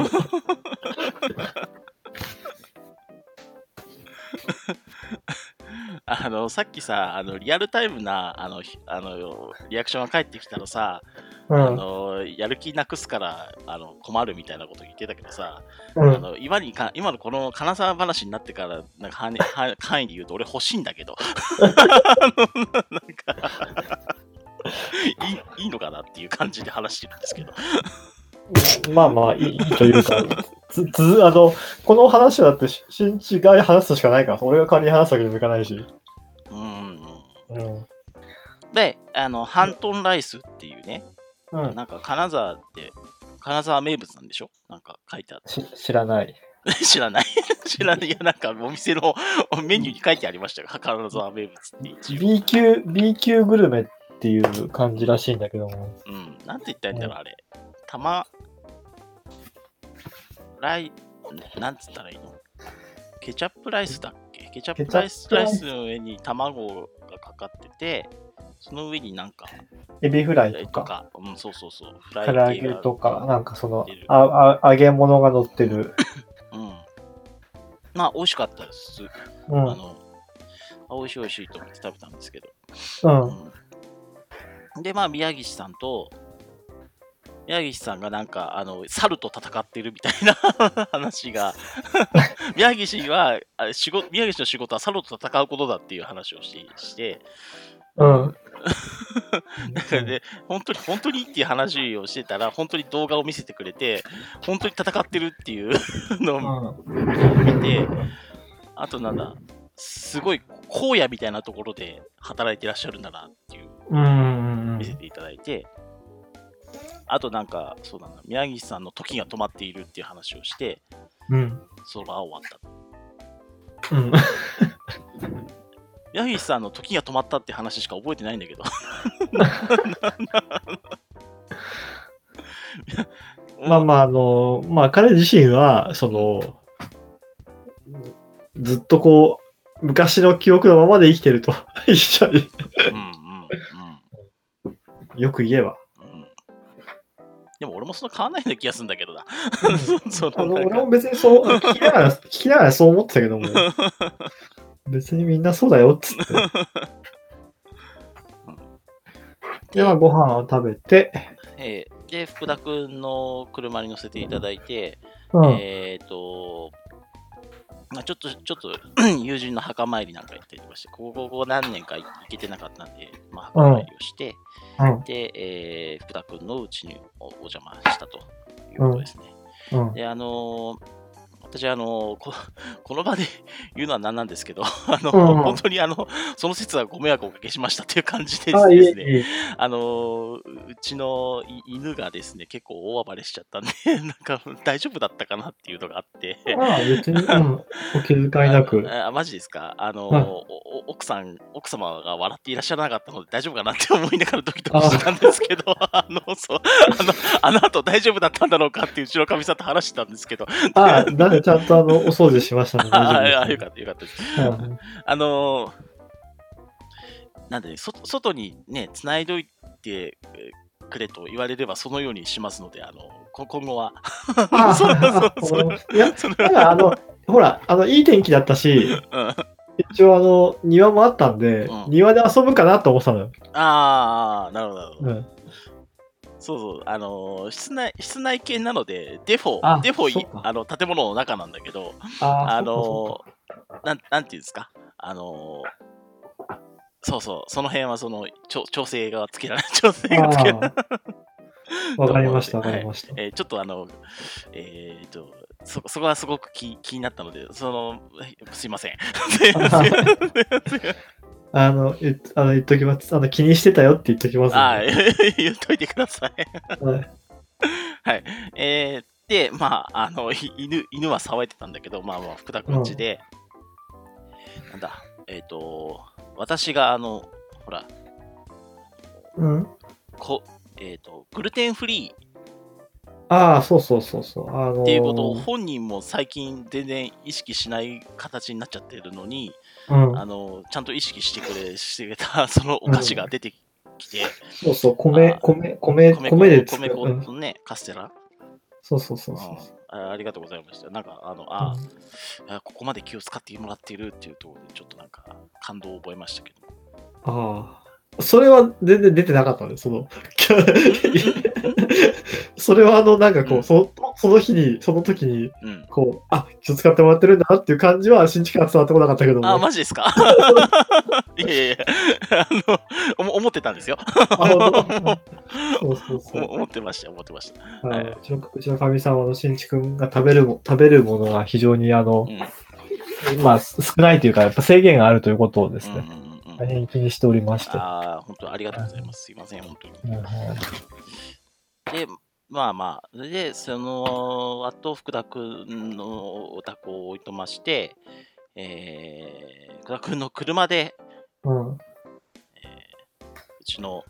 Speaker 1: あの、さっきさ、あのリアルタイムなあのひあのリアクションが返ってきたのさ、
Speaker 2: うん
Speaker 1: あ。のやる気なくすからあの困るみたいなこと言ってたけどさ、
Speaker 2: う
Speaker 1: あ
Speaker 2: ん、
Speaker 1: の今にか今のこの金沢話になってからなんか範囲範範囲で言うと俺欲しいんだけ ど あのなんかいいいいのかなっていう感じで話してるんですけど
Speaker 2: まあまあ、いいいいというか。 つつあのこの話はだってし新地が話すしかないから俺が仮に話すわけにもいかないし、
Speaker 1: うん
Speaker 2: うん
Speaker 1: であのハントンライスっていうね、
Speaker 2: うん、
Speaker 1: なんか金沢って金沢名物なんでしょなんか書いてあっ
Speaker 2: し知らない
Speaker 1: た 知らない知らないいやなんかお店のメニューに書いてありましたよ金沢名物って一応
Speaker 2: B 級 B 級グルメっていう感じらしいんだけども
Speaker 1: うん、なんて言ったらいいんだろう、あれ。たま、ライ、なんつったらいいのケチャップライスだっけケチャップライス
Speaker 2: ケチ
Speaker 1: ラ
Speaker 2: ャップラ
Speaker 1: イ
Speaker 2: イス
Speaker 1: スの上に卵がかかってて、その上になんか、
Speaker 2: エビフラ
Speaker 1: フラ
Speaker 2: イ
Speaker 1: イ
Speaker 2: と
Speaker 1: と
Speaker 2: か
Speaker 1: か、うん、そうそうそう、フ
Speaker 2: 唐揚
Speaker 1: ライ系
Speaker 2: げ
Speaker 1: が。
Speaker 2: とかなんかその
Speaker 1: 出る
Speaker 2: ああ揚げ物が乗ってる、
Speaker 1: うん。まあ、美味しかったです。
Speaker 2: うん
Speaker 1: あの、あ美味しい美味しいと思って食べたんですけど。
Speaker 2: うん、
Speaker 1: うんで、まあ、宮岸さんと、宮岸さんがなんか、あの、猿と戦ってるみたいな 話が、宮岸は、あ仕事宮岸の仕事は猿と戦うことだっていう話をして、して
Speaker 2: うん。
Speaker 1: で、本当に、本当にっていう話をしてたら、本当に動画を見せてくれて、本当に戦ってるっていう のを見て、あとなんだ、すごい荒野みたいなところで働いてらっしゃるんだなっていう
Speaker 2: うん。
Speaker 1: 見せていただいて、あとなんか、そうだな、宮岸さんの時が止まっているっていう話をして、
Speaker 2: うん。
Speaker 1: その場は終わった。
Speaker 2: うん。
Speaker 1: 宮岸さんの時が止まったって話しか覚えてないんだけど。
Speaker 2: まあまあ、あの、まあ彼自身は、その、ずっとこう、昔の記憶のままで生きてると。一緒に。
Speaker 1: うんうんうん
Speaker 2: よく言えば。
Speaker 1: うんでも俺もそんな変わんないような気がするんだけどな。そ
Speaker 2: あの
Speaker 1: のなん
Speaker 2: 俺
Speaker 1: か
Speaker 2: も別にそう、聞きながら、聞きながらそう思ってたけども、別にみんなそうだよっつって。では、ご飯を食べて、
Speaker 1: えーで、福田君の車に乗せていただいて、
Speaker 2: うん、
Speaker 1: えっ、と、まあ、ちょっと、ちょっと、 友人の墓参りなんか行ってきまして、ここここ何年か行けてなかったんで、まあ、墓参りをして、
Speaker 2: うん、
Speaker 1: で、えー福田君のうちにおお邪魔したということですね。
Speaker 2: うん。
Speaker 1: で、あのー私、あのーこ、 この場で言うのは何なんですけど、 あの、
Speaker 2: うんうん
Speaker 1: 本当に、あの、その説はご迷惑をおかけしましたっていう感じでで
Speaker 2: あ、
Speaker 1: す
Speaker 2: い
Speaker 1: ね、
Speaker 2: えいえ。
Speaker 1: あのーうちのい犬がですね、結構大暴れしちゃったんで、 なんか大丈夫だったかなっていうのがあって。
Speaker 2: まあ、別に、うん、お気遣いなく。
Speaker 1: ああマジですかあの、
Speaker 2: はい
Speaker 1: おお奥さん、奥様が笑っていらっしゃらなかったので大丈夫かなって思いながらドキドキしてたんです けど、あの、そう、あの、あの後大丈夫だったんだろうかってうちのかみさんと話してたんですけど、
Speaker 2: あ、なんでちゃんとあの、お掃除しましたので
Speaker 1: ああ
Speaker 2: 大丈夫
Speaker 1: あ、
Speaker 2: で
Speaker 1: よ
Speaker 2: す
Speaker 1: かったよかったです。
Speaker 2: うん
Speaker 1: あのーなんでね、そ外にね、つないどいてえーくれと言われればそのようにしますので、あのこ今後は。
Speaker 2: あ
Speaker 1: そうそう
Speaker 2: あ
Speaker 1: そう
Speaker 2: わかりました いや、
Speaker 1: その
Speaker 2: ただあの、ほら、あの、いい天気だったし、
Speaker 1: うん、あ
Speaker 2: 一応あの、庭もあったんで、
Speaker 1: うん
Speaker 2: 庭で遊ぶかなと思ってたのよ。
Speaker 1: あー、なるほど、なるほ
Speaker 2: う
Speaker 1: ど。
Speaker 2: ん。
Speaker 1: そうそう、あのー室内、室内系なので、デフ
Speaker 2: あ
Speaker 1: ォ、デフォ
Speaker 2: そ
Speaker 1: い
Speaker 2: っか
Speaker 1: あの建物の中なんだけど、
Speaker 2: あ
Speaker 1: あ
Speaker 2: あの
Speaker 1: のーなん、なんていうんですか、あのーそうそう、その辺はその調調整がつけられ、 調整がつけられ
Speaker 2: あーわかりました、わかりまし た。
Speaker 1: えーちょっとあの、えーっと、そそこはすごく気気になったので、その、はいすいま せん。 すいません
Speaker 2: あの、言っあの言っときます。あの、気にしてたよって言っときます、
Speaker 1: あー 言っといてください。
Speaker 2: はい。
Speaker 1: えーで、まあ、あの、い犬、犬は騒いでたんだけど、まあ、まあ、福田くんちで、なんだ、えーっと、私があの、ほら、
Speaker 2: うん。
Speaker 1: こえーっと、グルテンフリー
Speaker 2: ああ、そうそうそうそう。あのー
Speaker 1: っていうことを本人も最近全然意識しない形になっちゃってるのに、
Speaker 2: うん。
Speaker 1: あのちゃんと意識してくれしてくれた そのお菓子が出てきて、
Speaker 2: そうそう、米
Speaker 1: あ、
Speaker 2: 米、米、
Speaker 1: 米
Speaker 2: 米で作
Speaker 1: 米
Speaker 2: る。
Speaker 1: 粉
Speaker 2: うん
Speaker 1: のね、カステラ、
Speaker 2: そうそうそううんそう。
Speaker 1: あ。ありがとうございました。なんか、あの、
Speaker 2: う
Speaker 1: あ
Speaker 2: ん、
Speaker 1: あここまで気を使ってもらっているっていうところで、ちょっとなんか感動を覚えましたけど。
Speaker 2: ああ。それは全然出てなかったね、その。 それはあの、なんかこう、
Speaker 1: うん
Speaker 2: そのその日に、その時に、
Speaker 1: うん。
Speaker 2: こう、あ、気を使ってもらってるんだなっていう感じは、新地から伝わってこなかったけども。
Speaker 1: あ、マジです かいやいやいや、あの、おも思ってたんですよ。
Speaker 2: あ本当そうそう
Speaker 1: お
Speaker 2: そう。
Speaker 1: 思ってました、思ってました。
Speaker 2: あの
Speaker 1: はいう
Speaker 2: ちのうちのかみさんは、あの、新地君が食べるも、食べるものが非常に、あの
Speaker 1: う、ん。
Speaker 2: まあ、少ないというか、やっぱ制限があるということをです
Speaker 1: うんう
Speaker 2: ね、
Speaker 1: んうんう
Speaker 2: 大
Speaker 1: ん、
Speaker 2: 変気にしておりまして。
Speaker 1: ああ、本当ありがとうございます。すいません、本当に。
Speaker 2: うんうん
Speaker 1: で、まあまあ、それで、その、あと福田君のお宅を置いとまして、えー、福田君の車で、
Speaker 2: うん。
Speaker 1: うちの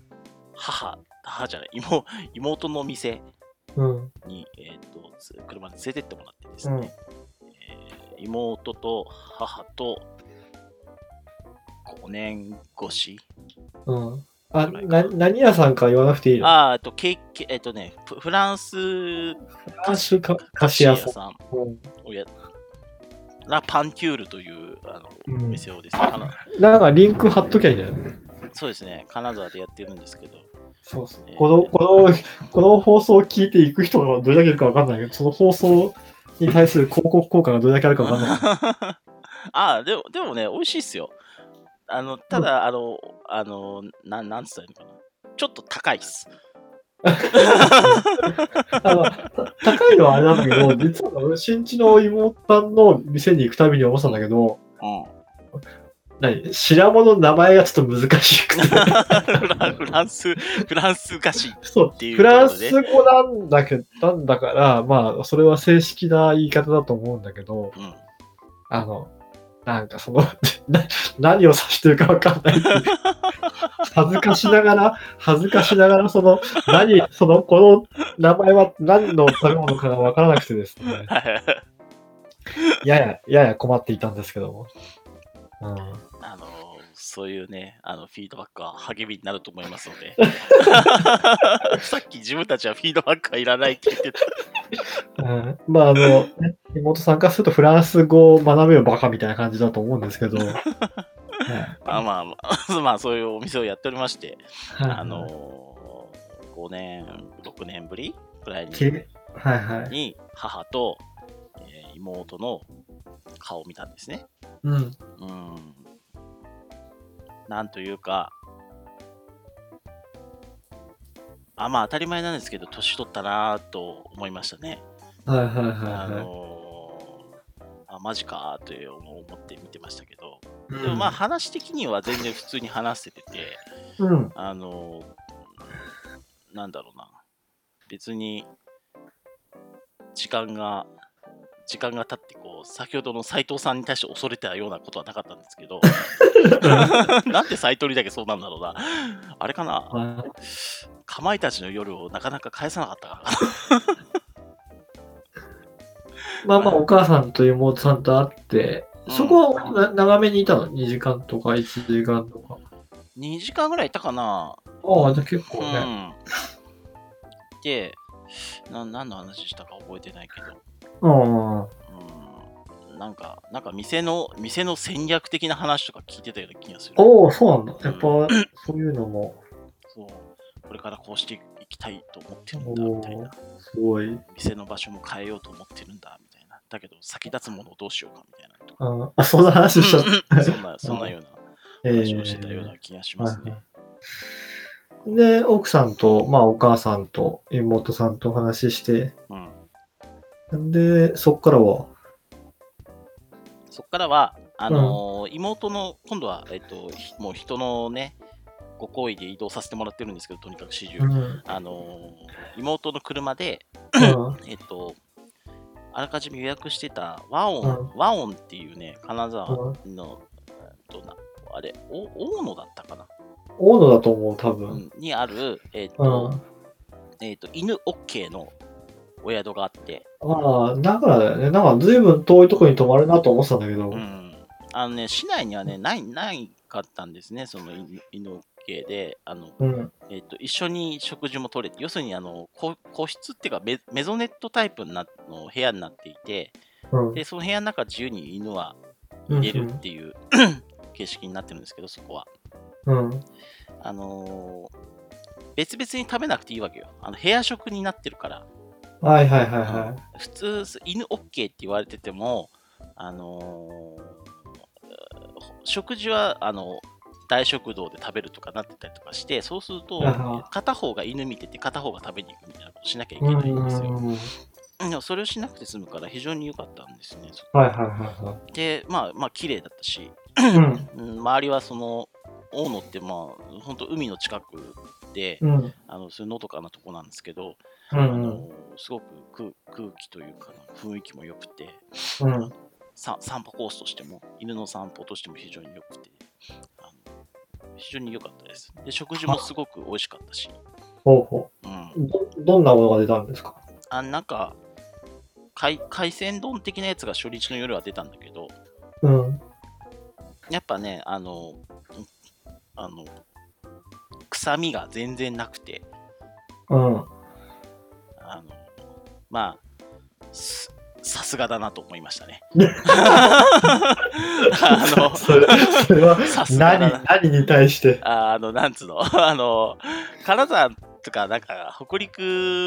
Speaker 1: 母、母じゃない、妹妹の店
Speaker 2: うん。
Speaker 1: に、えっとつ車で連れてってもらってですね、えー妹と母と5年越し、
Speaker 2: うん。あ、な、何屋さんか言わなくていいの
Speaker 1: あーえっと、ケーキ、えっとね、フフランス
Speaker 2: 菓子か、菓
Speaker 1: 菓
Speaker 2: 子
Speaker 1: 子
Speaker 2: 屋
Speaker 1: 屋
Speaker 2: さん。
Speaker 1: さん
Speaker 2: うん
Speaker 1: をやラ・パンキュールというあの、
Speaker 2: うん
Speaker 1: お店をですね、かな
Speaker 2: なんかリンク貼っときゃいいんじゃない
Speaker 1: そうですね、金沢でやってるんですけど、
Speaker 2: そうそう
Speaker 1: えー
Speaker 2: この、この、この放送を聞いていく人がどれだけいるかわかんないけど、その放送に対する広告効果がどれだけあるかわかんない。
Speaker 1: あ あ、でも、でもね、美味しいっすよ。あの、ただ、あの、あの、なん、なんつったらいいのかな。ちょっと高いっす。
Speaker 2: あの た高いのはあれなんだけど、実は俺新地の妹さんの店に行くたびに思ってたんだけど、
Speaker 1: うん。
Speaker 2: 何白物の名前がちょっと難しく て。
Speaker 1: フラン フランス、フランス菓子。
Speaker 2: そう
Speaker 1: っていう
Speaker 2: フ
Speaker 1: ことで
Speaker 2: ランス語なんだけなんだから、まあ、それは正式な言い方だと思うんだけど、
Speaker 1: うん。
Speaker 2: あの、なんかその、 な何を指してるかわかんないっ ていう。恥ずかしながら、恥ずかしながら、その、何、その、この名前は何の食べ物かがわからなくてですね、
Speaker 1: はい
Speaker 2: やや、やや困っていたんですけども。うん。
Speaker 1: ああのそういうね、あのフィードバックは励みになると思います ので。さっき自分たちはフィードバックはいらないって言ってた。
Speaker 2: うんまああの、ね、妹さんからするとフランス語を学べよバカみたいな感じだと思うん ですけど、はい
Speaker 1: まあまあまあ、 まあそういうお店をやっておりまして、
Speaker 2: はい
Speaker 1: あの5年、6年ぶりくらいに
Speaker 2: きはいはい。
Speaker 1: に母と、えー妹の顔を見たんですね。
Speaker 2: うん。
Speaker 1: うん。なんというか、あまあ当たり前なんですけど、年取ったなぁと思いましたね。
Speaker 2: はいはいはい
Speaker 1: あ
Speaker 2: は
Speaker 1: のーあ、マジかという思って見てましたけど、
Speaker 2: い。
Speaker 1: でもまあ話的には全然普通に話せてて、
Speaker 2: うん、うん。
Speaker 1: あのーなんだろうな、別に時間が、時間が経ってこう、先ほどの斎藤さんに対して恐れてたようなことはなかったんですけど、なんで斎藤にだけそうなんだろうな、あれかな、
Speaker 2: まあ
Speaker 1: かまいたちの夜をなかなか返さなかったからかな。
Speaker 2: まあまあ、お母さんと妹さんと会って、そこはな長めにいたの ?2 時間とか1時間とか。
Speaker 1: 2時間ぐらいいたかな、
Speaker 2: ああ、じゃあ結構ね。
Speaker 1: うん、でな、何の話したか覚えてないけど、
Speaker 2: うん。は
Speaker 1: うん、なんか、なんか店の、店の戦略的な話とか聞いてたような気がする。
Speaker 2: おお、そうなんだ。やっぱ、そういうのも、
Speaker 1: そうこれからこうしていきたいと思ってるんだみたいな。
Speaker 2: すごい。
Speaker 1: 店の場所も変えようと思ってるんだみたいな。だけど先立つものをどうしようかみたいなとか。
Speaker 2: あ、あ そんな話しちゃった。
Speaker 1: うんそんな、そんなような
Speaker 2: え
Speaker 1: 話をしてたような気がしますね。
Speaker 2: はいで、奥さんと、まあ、お母さんと妹さんとお話しして、
Speaker 1: うん。
Speaker 2: で、そっからは、
Speaker 1: そこからは、あのー妹の、今度は、えっと、ひもう人のね、ご好意で移動させてもらってるんですけど、とにかく始終。
Speaker 2: うん、
Speaker 1: あのー妹の車で、えっと、あらかじめ予約してた和音、和音っていうね、金沢の、えっとなあれ、お大野だったかな、
Speaker 2: 大野だと思う、多
Speaker 1: う
Speaker 2: 分。
Speaker 1: んにある、えっ、
Speaker 2: うん。
Speaker 1: と、えっ、と、犬 OK のお宿があって、
Speaker 2: ああ、だからだよね。なんか随分遠いところに泊まるなと思ってたんだけど。
Speaker 1: うん。あのね、市内にはね、ない、ないかったんですね、その犬犬 OK で、あの、
Speaker 2: うん。
Speaker 1: えっ、と、一緒に食事も取れて、要するに、あの、個個室っていうかメ、メゾネットタイプなの部屋になっていて、
Speaker 2: うん。
Speaker 1: で、その部屋の中自由に犬は
Speaker 2: うん
Speaker 1: 入れるって いう、形式になってるんですけど、そこは。
Speaker 2: うん。
Speaker 1: あのー別々に食べなくていいわけよ。あの部屋食になってるから。
Speaker 2: はいはいはいは
Speaker 1: 普通、犬 OK って言われてても、あのー食事はあの大食堂で食べるとかなってたりとかして、そうすると
Speaker 2: あは、
Speaker 1: 片方が犬見てて、片方が食べに行くみたいなことしなきゃい
Speaker 2: い。う
Speaker 1: け
Speaker 2: ん
Speaker 1: ないん
Speaker 2: うん
Speaker 1: ですよ。
Speaker 2: うん。はい
Speaker 1: でもそれをしなくて済むから、非常に良かったんですね。
Speaker 2: はいはいは
Speaker 1: で、まあ、まあ、綺麗だったし、
Speaker 2: い。うん。
Speaker 1: うん周りはその大野ってまあ本当海の近くで、
Speaker 2: うん。
Speaker 1: あのそういうのどかなとこなんですけど、
Speaker 2: う
Speaker 1: あ
Speaker 2: ん。
Speaker 1: のすごく空空気というか雰囲気も良くて
Speaker 2: うん。
Speaker 1: さ散歩コースとしても犬の散歩としても非常に良くてあの非常に良かったですで食事もすごく美味しかったし、
Speaker 2: ほうほ
Speaker 1: うん、
Speaker 2: う。ど、どんなものが出たんですか
Speaker 1: あなんか海海鮮丼的なやつが初日の夜は出たんだけど
Speaker 2: うん。
Speaker 1: やっぱねあのあの臭みが全然なくて
Speaker 2: うん。
Speaker 1: あの、まあ、すさすがだなと思いましたね。あの、
Speaker 2: それそれは
Speaker 1: さすがだ
Speaker 2: 何、何に対して。
Speaker 1: ああの、なんつうの、 あの、金沢とか、なんか、北陸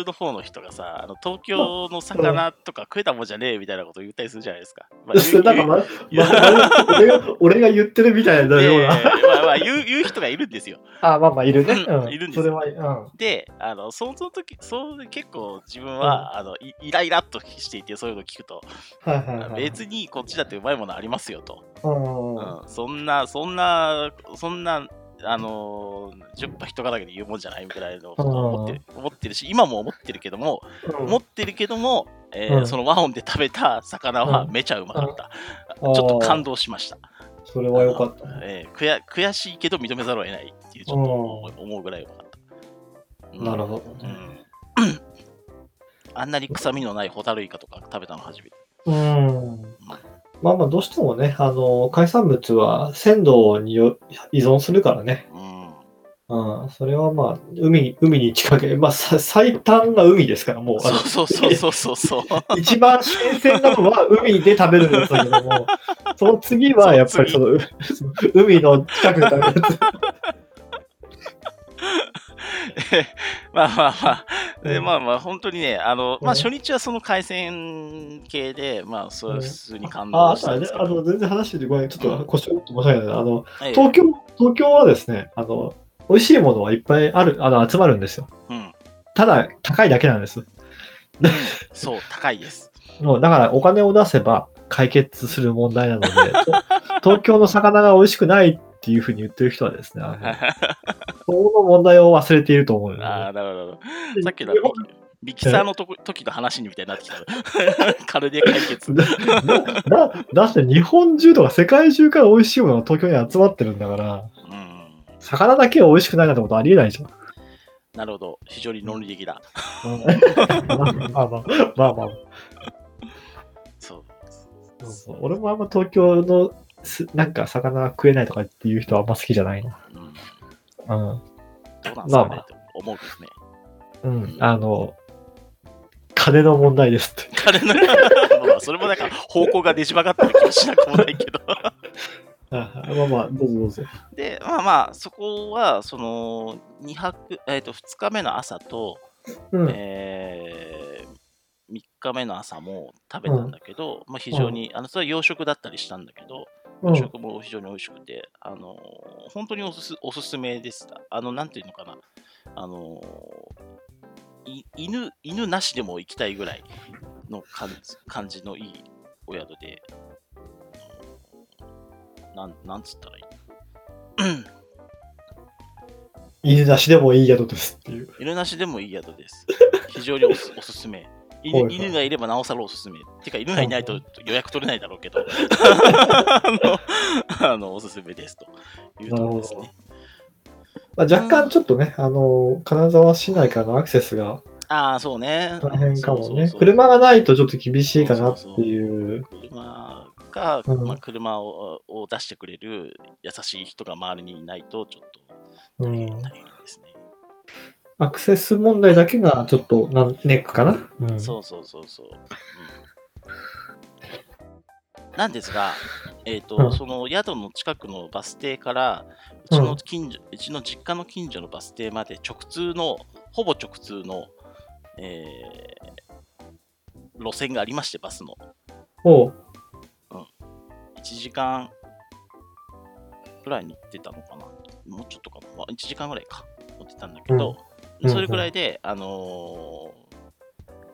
Speaker 1: の方の人がさ、あの東京の魚とか食えたもんじゃねえみたいなこと言ったりするじゃないですか。まあ、
Speaker 2: そ れなんかま、ま
Speaker 1: 言う
Speaker 2: ま俺が、俺が言ってるみたいな
Speaker 1: 言う
Speaker 2: よう
Speaker 1: で
Speaker 2: な。
Speaker 1: まあまあ言う 言う人がいるんですよ。
Speaker 2: あ、まあまあ、いるね。
Speaker 1: うん
Speaker 2: うん。
Speaker 1: いるんです
Speaker 2: そ
Speaker 1: よ
Speaker 2: れは、うん。
Speaker 1: で、あのその時そう結構自分は、あのい イライラっとしていて、そういうの聞くと、
Speaker 2: はいはいはい。
Speaker 1: 別にこっちだってうまいものありますよと。
Speaker 2: うん。
Speaker 1: うんそんな、そんな、そんな、あのー、10羽人がだけで言うもんじゃないぐらいのことを思ってる思ってるし、今も思ってるけども、思ってるけども、えー
Speaker 2: うん
Speaker 1: その和音で食べた魚はめちゃうまかった。ちょっと感動しました。
Speaker 2: 動。それは良かったね。
Speaker 1: えー悔悔しいけど認めざるを得ないっていう、ちょっと思う思うぐらいうまかった。
Speaker 2: なるほど。
Speaker 1: ど。うん あんなに臭みのないホタルイカとか食べたの初めて。
Speaker 2: うん。まあまあ、どうしてもね、あの、海産物は鮮度によ依存するからね。
Speaker 1: うん。
Speaker 2: うん、それはまあ、海、海に近ければ、まあ、さ最短が海ですから、もう、あ
Speaker 1: そう
Speaker 2: の
Speaker 1: そうそうそうそうそう。
Speaker 2: 一番新鮮なのは海で食べるやつだけ ども、その次はやっぱりその、海の近くで食べるや つ。
Speaker 1: まあまあまあ、で
Speaker 2: うん
Speaker 1: まあまあ、本当にね、あの、まあ
Speaker 2: うん
Speaker 1: 初日はその海鮮系で、まあ、それは普通に感
Speaker 2: あ、
Speaker 1: 動
Speaker 2: あ
Speaker 1: し
Speaker 2: と
Speaker 1: た
Speaker 2: あ
Speaker 1: んで
Speaker 2: れ
Speaker 1: すけ
Speaker 2: あ
Speaker 1: ど。
Speaker 2: の、全然話してごめん、ちょっと腰を折って申し訳ない。あの、
Speaker 1: はい
Speaker 2: 東京、東京はですね、あの、美味しいものはいっぱいある、あの、集まるんですよ。
Speaker 1: うん。
Speaker 2: ただ、高いだけなんです。
Speaker 1: そう、高いです。
Speaker 2: もう、だから、お金を出せば解決する問題 なので、と東京の魚が美味しくないっていうふうに言ってる人はですね、あ のその問題を忘れていると思うので。
Speaker 1: ああ、なるほど。さっきの
Speaker 2: 日本
Speaker 1: ミキサーのとこ時の 話にみたいになってきた。金で解決。
Speaker 2: だ だだって日本中とか世界中から美味しいものが東京に集まってるんだから、
Speaker 1: うん。
Speaker 2: 魚だけは美味しくないなんてことありえな いじゃん。
Speaker 1: なるほど。非常に論理的だ。
Speaker 2: まあまあ、まあまあ。
Speaker 1: そう。
Speaker 2: そうそう俺もあんま東京のすなんか魚食えないとかっていう人はあんま好きじゃないな。
Speaker 1: うん。
Speaker 2: う
Speaker 1: どうな
Speaker 2: ん。
Speaker 1: んですか
Speaker 2: まあま
Speaker 1: ね
Speaker 2: あ
Speaker 1: って思うけどね。
Speaker 2: うん。あの、金の問題ですって。
Speaker 1: 金の、 まあそれもなんか方向がねじ曲がってる気はしなくもないけど。
Speaker 2: あまあまあ、どうぞどうぞ。
Speaker 1: で、まあまあ、そこは、その、2泊、えっ、と、2日目の朝と、
Speaker 2: うん。
Speaker 1: えー、3日目の朝も食べたんだけど、まあ非常に、あの、それは洋食だったりしたんだけど、
Speaker 2: うん、
Speaker 1: 食も非常に美味しくて、あのー本当におすすおすすめでした。あの、なんていうのかな、あのーい犬犬なしでも行きたいぐらいの感じ感じのいいお宿で、なんなんつったらいい
Speaker 2: 犬出しでもいい宿ですっていう。
Speaker 1: 犬なしでもいい宿です。非常におすおすす め。犬
Speaker 2: はいはい
Speaker 1: 犬がいればなおさらおすすめ。てか、犬がいないと予約取れないだろうけど、 あのあ のおすすめですというところです
Speaker 2: なる
Speaker 1: ね。
Speaker 2: まあ、若干ちょっとね、あの、金沢市内からのアクセスが
Speaker 1: ああ、そうね。
Speaker 2: 大変かも
Speaker 1: そうそう
Speaker 2: ね
Speaker 1: そ。う
Speaker 2: 車がないとちょっと厳しいかなっていう。
Speaker 1: 車が、
Speaker 2: うん
Speaker 1: まあ、車をを出してくれる優しい人が周りにいないと、ちょっと
Speaker 2: う
Speaker 1: 大
Speaker 2: ん
Speaker 1: 変大変ですね。
Speaker 2: アクセス問題だけがちょっとなんネックかな。うん
Speaker 1: そうそうそうそう。うん、なんですが、えっと
Speaker 2: うん
Speaker 1: その宿の近くのバス停からうち
Speaker 2: う
Speaker 1: の
Speaker 2: ん
Speaker 1: 近所、うちの実家の近所のバス停まで直通の、ほぼ直通の、えー路線がありまして、バスの。
Speaker 2: おう
Speaker 1: 1時間ぐらいに行ってたのかなもうちょっとかな、まあ、1時間ぐらいか乗ってたんだけど、
Speaker 2: うん
Speaker 1: それぐらいで、あのー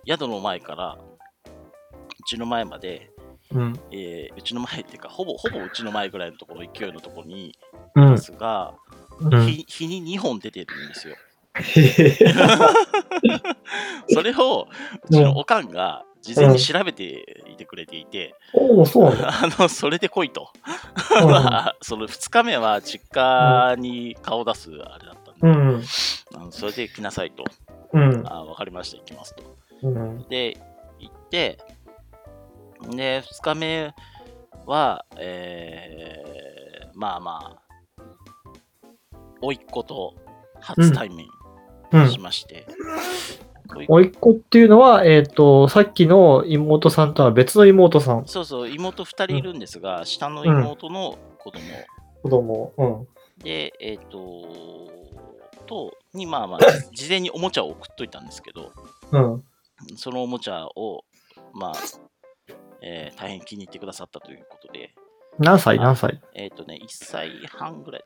Speaker 1: 宿の前からうちの前まで、
Speaker 2: うん。
Speaker 1: えーうちの前っていうかほぼほぼうちの前ぐらいのところ勢いのところに
Speaker 2: う
Speaker 1: バ
Speaker 2: ん。
Speaker 1: スが、
Speaker 2: うん
Speaker 1: 日日に2本出てるんですよ
Speaker 2: へへへ
Speaker 1: それをうちのおかんが事前に調べていてくれていて、
Speaker 2: おう、そうなんだ。
Speaker 1: あのそれで来いと
Speaker 2: う ん
Speaker 1: まあ、その2日目は実家に顔出すあれだったん
Speaker 2: う
Speaker 1: で、
Speaker 2: ん。
Speaker 1: あのそれで来なさいと、
Speaker 2: うん。
Speaker 1: あ分かりました、行きますと。
Speaker 2: うん。
Speaker 1: で、行って、で、2日目は、えー、まあまあ、甥っ子と初対面
Speaker 2: うん
Speaker 1: しまして、甥っ子
Speaker 2: 甥っ子っていうのは、えっ、と、さっきの妹さんとは別の妹さん。
Speaker 1: そうそう、妹2人いるんですが、下の妹の子供
Speaker 2: 子供。うん。
Speaker 1: で、えっ、と、と、に、まあまあ、じ事前におもちゃを送っといたんですけど、
Speaker 2: うん。
Speaker 1: そのおもちゃを、まあ、えー大変気に入ってくださったということで、
Speaker 2: 何歳何歳
Speaker 1: えっ、とね、1歳半ぐらい。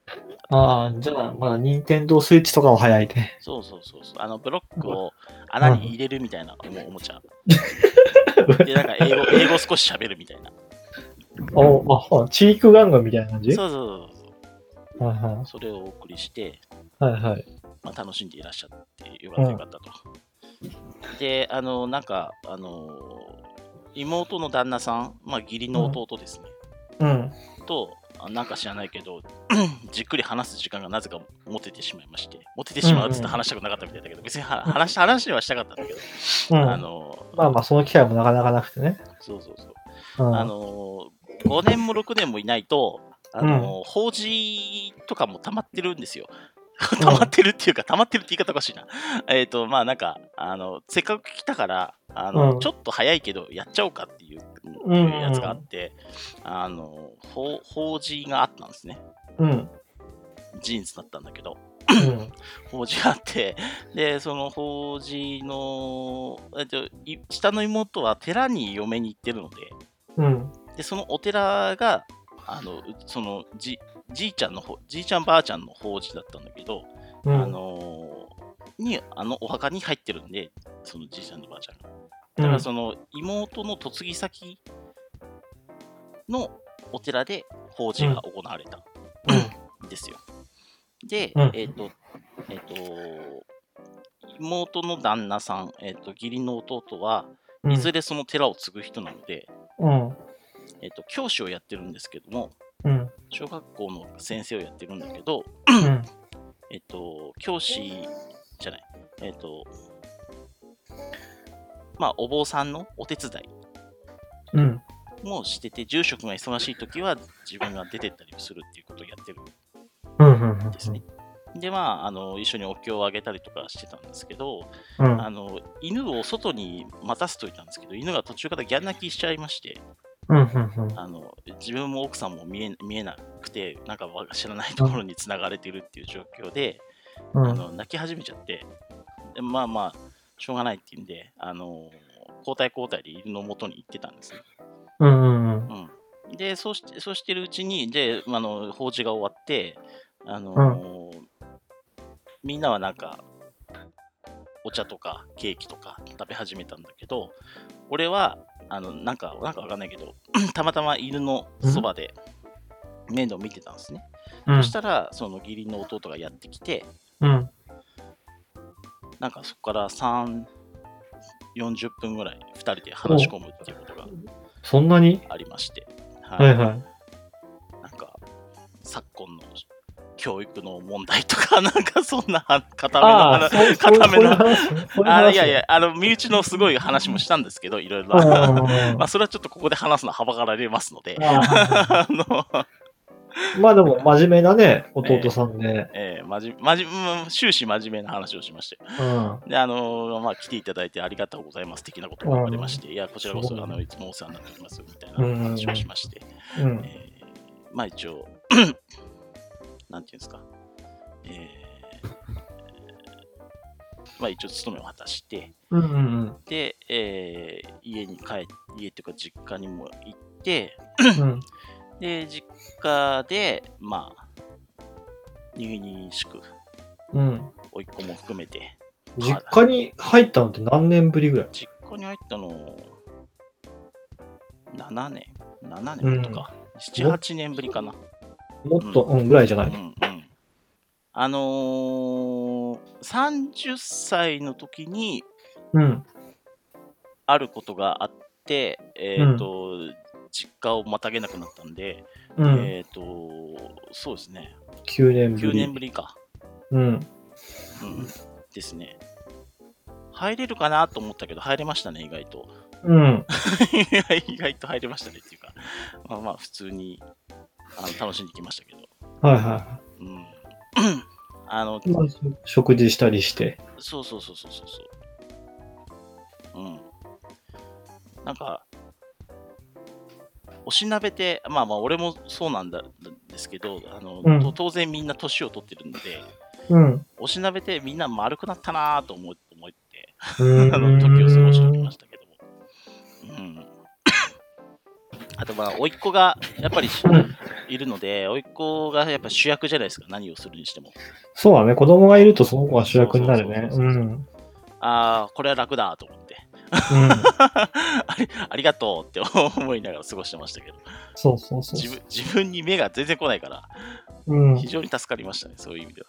Speaker 2: ああ、じゃあ、まだ任天堂スイッチとかは早いね。
Speaker 1: そうそうそうそう。あの、ブロックを穴に入れるみたいなおもおもちゃ。で、なんか英語、英語少し喋るみたいな。
Speaker 2: おあ、そうチークガンガンみたいな感じ
Speaker 1: そうそうそうそう。
Speaker 2: はいは
Speaker 1: それをお送りして、
Speaker 2: い。はいはい。
Speaker 1: まあ、楽しんでいらっしゃってよかったよかったと。で、あの、なんか、あの妹の旦那さん、まあ、義理の弟ですね、
Speaker 2: うん。
Speaker 1: と、あなんか知らないけど、 じっくり話す時間がなぜか持ててしまいまして、持ててしまうって言って話したくなかったみたいだけど、別には話し話はしたかったんだけど、
Speaker 2: うん。
Speaker 1: あの、
Speaker 2: まあまあ、その機会もなかなかなくてね。
Speaker 1: そうそうそう、
Speaker 2: うん
Speaker 1: あの、 5年も6年もいないと、あの、法事とかも溜まってるんですよ。 溜まってるっていうか、溜まってるって言い方おかしいな。えっ、と、まあなんか、あの、せっかく来たから、あの、
Speaker 2: うん
Speaker 1: ちょっと早いけど、やっちゃおうかっていう
Speaker 2: うん
Speaker 1: やつがあって、あの、法法事があったんですね。
Speaker 2: うん。
Speaker 1: ジーンズだったんだけど。
Speaker 2: うん。
Speaker 1: 法事があって、で、その法事の、えっと、い下の妹は寺に嫁に行ってるので、
Speaker 2: うん。
Speaker 1: で、そのお寺が、あの、うそのじ、じいちゃんのほ、じいちゃんばあちゃんの法事だったんだけど、
Speaker 2: うん。
Speaker 1: あのーに、あのお墓に入ってるんで、そのじいちゃんとばあちゃんが。
Speaker 2: う
Speaker 1: だか
Speaker 2: ん
Speaker 1: ら、その、妹の嫁ぎ先のお寺で法事が行われた。ですよ。で、
Speaker 2: うん
Speaker 1: えっ、と、えっ、と、妹の旦那さん、えっ、と、義理の弟は、
Speaker 2: うん
Speaker 1: いずれその寺を継ぐ人なので、
Speaker 2: うん。
Speaker 1: えっ、と、教師をやってるんですけども、
Speaker 2: うん。
Speaker 1: 小学校の先生をやってるんだけど、
Speaker 2: うん。
Speaker 1: えっ、と、教師じゃない、えっ、と、まあ、お坊さんのお手伝
Speaker 2: うん。
Speaker 1: いもしてて、住職が忙しい時は自分が出てったりするっていうことをやってる
Speaker 2: うん。うん。
Speaker 1: んですね。で、まあ、あの一緒にお経をあげたりとかしてたんですけど、
Speaker 2: うん。
Speaker 1: あの犬を外に待たせといたんですけど、犬が途中からギャン泣きしちゃいまして、
Speaker 2: うん。うん。
Speaker 1: あの自分も奥さんも見え見えなくて、なんかわ知らないところに繋がれてるっていう状況で、
Speaker 2: う
Speaker 1: あ
Speaker 2: ん。
Speaker 1: の泣き始めちゃって、でまあまあ、しょうがないっていうんで、あの交代交代で犬の元に行ってたんですね。
Speaker 2: うん。うん。
Speaker 1: うん、でそうして、そうしてるうちに、であの法事が終わって、あのみんなはなんか、お茶とかケーキとか食べ始めたんだけど、俺は、あのなんか、なんかわかんないけど、 たまたま犬のそばで面倒見てたんですね。そしたら、その義理の弟がやってきて、
Speaker 2: うん。
Speaker 1: なんかそこから3、40分ぐらい2人で話し込むっていうことが
Speaker 2: そんなに
Speaker 1: ありまして。は
Speaker 2: はいはい。
Speaker 1: なんか、昨今の教育の問題とか、 なんかそんなは固めの
Speaker 2: ああ、
Speaker 1: 話。
Speaker 2: そういう
Speaker 1: 固めの
Speaker 2: 話。そういう
Speaker 1: あ
Speaker 2: 話
Speaker 1: いやいや、あの、身内のすごい話もしたんですけど、いろいろ
Speaker 2: うん。うん
Speaker 1: な。
Speaker 2: う ん
Speaker 1: まあ、それはちょっとここで話すのはばかられますので、
Speaker 2: あ
Speaker 1: あの、
Speaker 2: あまあでも、真面目なね、弟さんで。
Speaker 1: えーまじ、まじ、うん終始真面目な話をしまして、
Speaker 2: うん。
Speaker 1: で、あの、まあ、来ていただいてありがとうございます的なことを言われまして、いや、こちらこ
Speaker 2: す
Speaker 1: そ、
Speaker 2: ごい
Speaker 1: あの、いつもお世話になっております、みたいな話をしまして、
Speaker 2: うん。
Speaker 1: えーまあ一応、 なんていうんですか、えーまあ一応務めを果たして、
Speaker 2: うんうん
Speaker 1: で、えー家に帰っ家っていうか実家にも行って、
Speaker 2: うん。
Speaker 1: で、実家で、まあ、入院宿、
Speaker 2: うん。
Speaker 1: 甥っ子も含めて、
Speaker 2: 実家に入ったのって何年ぶりぐらい
Speaker 1: 実家に入ったの、7年、7年とか、7、8年ぶりかな。
Speaker 2: もっと、うん、ぐらいじゃな
Speaker 1: う
Speaker 2: い。
Speaker 1: んうんあのー、30歳の時に
Speaker 2: うん。
Speaker 1: あることがあって、えっ、と、実家をまたげなくなったんで、
Speaker 2: うん。
Speaker 1: えっ、と、そうですね、
Speaker 2: 9年ぶ
Speaker 1: 9年
Speaker 2: り。
Speaker 1: ぶりか、
Speaker 2: うん。
Speaker 1: うん、ですね。入れるかなと思ったけど、入れましたね、意外と。
Speaker 2: うん。
Speaker 1: 意外と入れましたねっていうか、まあまあ、普通にあの楽しんできましたけど。
Speaker 2: はいは
Speaker 1: うん、 あの
Speaker 2: い。まあ食事したりして。
Speaker 1: そうそうそうそうそうそう。うん。なんか、おしなべて、まあまあ、俺もそうなんだですけど、あの
Speaker 2: うん
Speaker 1: と当然みんな年を取ってるんで、
Speaker 2: うん。
Speaker 1: おしなべてみんな丸くなったなぁと思い思って、
Speaker 2: う
Speaker 1: あの時を過ごしておりま
Speaker 2: ん。
Speaker 1: したけども。うん。あと、まあ、甥っ子がやっぱり
Speaker 2: うん
Speaker 1: いるので、甥っ子がやっぱ主役じゃないですか、何をするにしても。
Speaker 2: そうだね。子供がいるとその子が主役になるね。
Speaker 1: そうそう
Speaker 2: う。
Speaker 1: そうそうんああ、これは楽だと思って。
Speaker 2: う ん。
Speaker 1: ありありがとうって思いながら過ごしてましたけど、
Speaker 2: そうそうそう
Speaker 1: 自
Speaker 2: そ
Speaker 1: 分自分に目が全然来ないから、
Speaker 2: う。うん
Speaker 1: 非。常に助かりましたね、そういう意味では。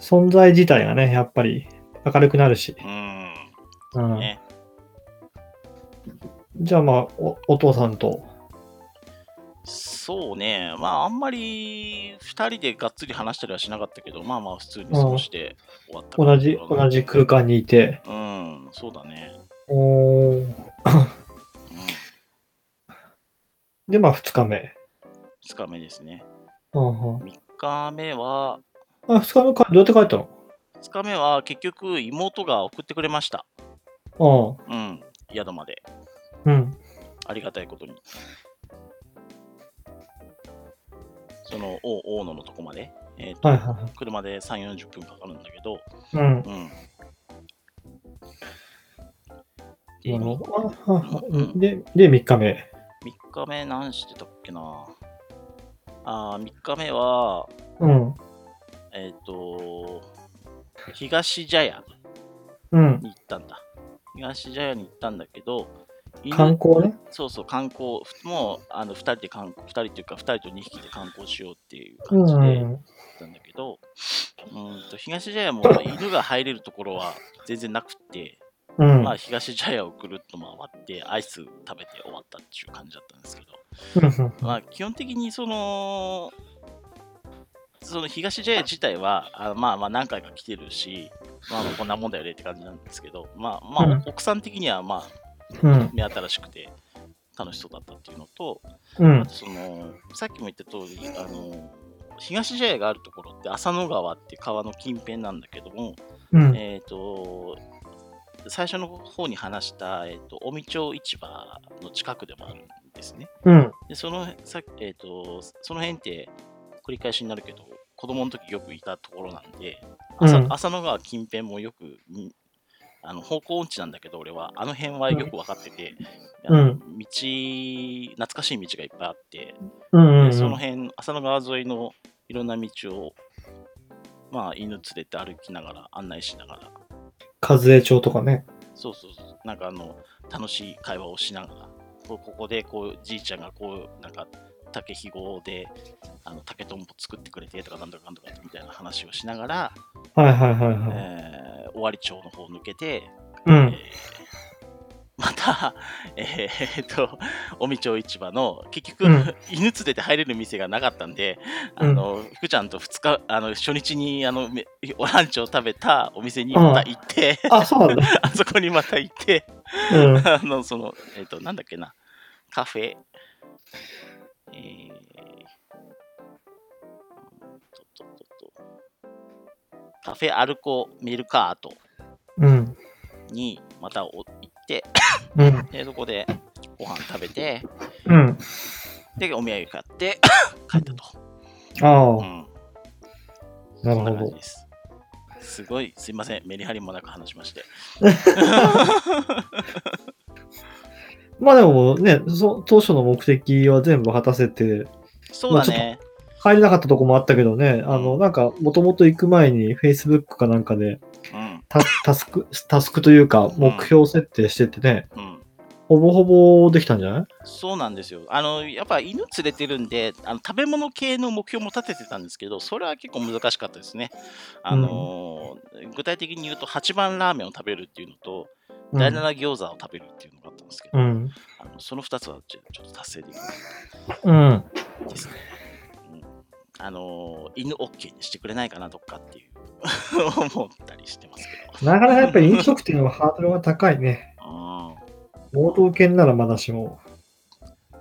Speaker 2: 存在自体がね、やっぱり明るくなるし。
Speaker 1: う
Speaker 2: うん
Speaker 1: ん、。ね。
Speaker 2: じゃあまあ、おお父さんと。
Speaker 1: そうね、まあ、あんまり2人でがっつり話したりはしなかったけど、まあまあ、普通に過ごして終わったかな
Speaker 2: 同じ、同。じ空間にいて。
Speaker 1: うん、そうだね。
Speaker 2: おー
Speaker 1: うん
Speaker 2: で、まあ、2日目。
Speaker 1: 2日目ですね。
Speaker 2: うんうん
Speaker 1: 3日目は、
Speaker 2: あ2日目か、どうやって帰った
Speaker 1: 2日目は結局妹が送ってくれました。
Speaker 2: の
Speaker 1: うん、宿まで。
Speaker 2: うん。うん。
Speaker 1: ありがたいことに。そのお大野のとこまで、えーと
Speaker 2: はいはいは
Speaker 1: 車で3、40分かかるんだけど、
Speaker 2: い。うん。
Speaker 1: うん。で
Speaker 2: なる
Speaker 1: 3
Speaker 2: ほどあああで、で、3日目。
Speaker 1: 日目何してたっけなあー3日目は、
Speaker 2: うん。
Speaker 1: えっ、と、東茶屋
Speaker 2: うん。
Speaker 1: に行ったんだ。東茶屋に行ったんだけど、犬
Speaker 2: 観光ね。
Speaker 1: そうそう、観光、ふもうあの2人で観光、2人っていうか、2人と2匹で観光しようっていう
Speaker 2: う
Speaker 1: 感じで行っ
Speaker 2: ん。
Speaker 1: たんだけど、うーんと東茶屋も犬が入れるところは全然なくって、
Speaker 2: うん。
Speaker 1: まあ、東茶屋をぐるっと回って、アイス食べて終わったっていう感じだったんですけど、まあ、基本的にその、その東茶屋自体は、あまあまあ何回か来てるし、まあまあこんなもんだよねって感じなんですけど、まあま
Speaker 2: う
Speaker 1: あ
Speaker 2: ん、
Speaker 1: 奥さん的にはまあ
Speaker 2: うん。
Speaker 1: 目新しくて楽しそうだったっていうのと、
Speaker 2: う
Speaker 1: あ
Speaker 2: ん
Speaker 1: と。その、さっきも言った通り、あの、東茶屋があるところって浅野川って川の近辺なんだけども、
Speaker 2: うん。
Speaker 1: えっ、と、最初の方に話した、えー、と尾身町市場の近くでもあるんですね。
Speaker 2: うん。
Speaker 1: で、そのさ、えー、とその辺って繰り返しになるけど、子供の時よくいたところなんで、朝
Speaker 2: うん
Speaker 1: 浅野川近辺もよくにあの方向音痴なんだけど、俺はあの辺はよく分かってて、
Speaker 2: うん
Speaker 1: あの道、懐かしい道がいっぱいあって、
Speaker 2: うん。うん。
Speaker 1: でその辺、浅野川沿いのいろんな道を、まあ、犬連れて歩きながら、案内しながら、
Speaker 2: 和江町とかね。
Speaker 1: そうそうそう、なんかあの、楽しい会話をしながら、こここでこう、じいちゃんがこう、なんか、竹ひごで、あの竹とんぼ作ってくれてとか、なんとかなんとかみたいな話をしながら、
Speaker 2: はいはいはいはい。
Speaker 1: えー、尾張町の方を抜けて、
Speaker 2: う
Speaker 1: えー
Speaker 2: ん。
Speaker 1: また、えー、っと、尾道市場の、結局、
Speaker 2: うん
Speaker 1: 犬連れて入れる店がなかったんで、あの、福ちゃんと2日、あの、初日に、あの、めランチを食べたお店にまた行って、
Speaker 2: あ、そうなんだ。
Speaker 1: あそこにまた行って、
Speaker 2: うん。
Speaker 1: あの、その、えっ、と、なんだっけな、カフェ、えー、ととととカフェアルコミルカート
Speaker 2: うん。
Speaker 1: にまたお行って、
Speaker 2: うん。
Speaker 1: で、そこでご飯食べ て、
Speaker 2: うん。
Speaker 1: で、お土産買って、帰ったと。
Speaker 2: あ
Speaker 1: う
Speaker 2: あ、
Speaker 1: ん、
Speaker 2: な
Speaker 1: そんな感
Speaker 2: るほ
Speaker 1: じ
Speaker 2: ど。
Speaker 1: です。すごい、すいません、メリハリもなく話しまして。
Speaker 2: まあでもね、そ当初の目的は全部果たせて、
Speaker 1: そうだね。
Speaker 2: 入れなかったとこもあったけどね、あ
Speaker 1: う
Speaker 2: の、
Speaker 1: ん
Speaker 2: なんか、もともと行く前に Facebook かなんかで、
Speaker 1: うん、
Speaker 2: タ タスク、タスクというか、目標設定しててね、
Speaker 1: うん。
Speaker 2: ほぼほぼできたんじゃない
Speaker 1: そうなんですよ。あの、やっぱ犬連れてるんで、あの食べ物系の目標も立ててたんですけど、それは結構難しかったですね。あのー具体的に言うと、8番ラーメンを食べるっていうのと、
Speaker 2: うん
Speaker 1: 第7餃子を食べるっていうのがあったんですけど、
Speaker 2: うん。
Speaker 1: あのその2つはちょちょっと達成できない
Speaker 2: うん。
Speaker 1: ですね。うんあのー、犬 OK にしてくれないかな、どっかっていう 思ったりしてますけ
Speaker 2: なかなかやっぱり飲食店はハードルが高いね。
Speaker 1: ど。うん
Speaker 2: 盲導犬ならまだしも。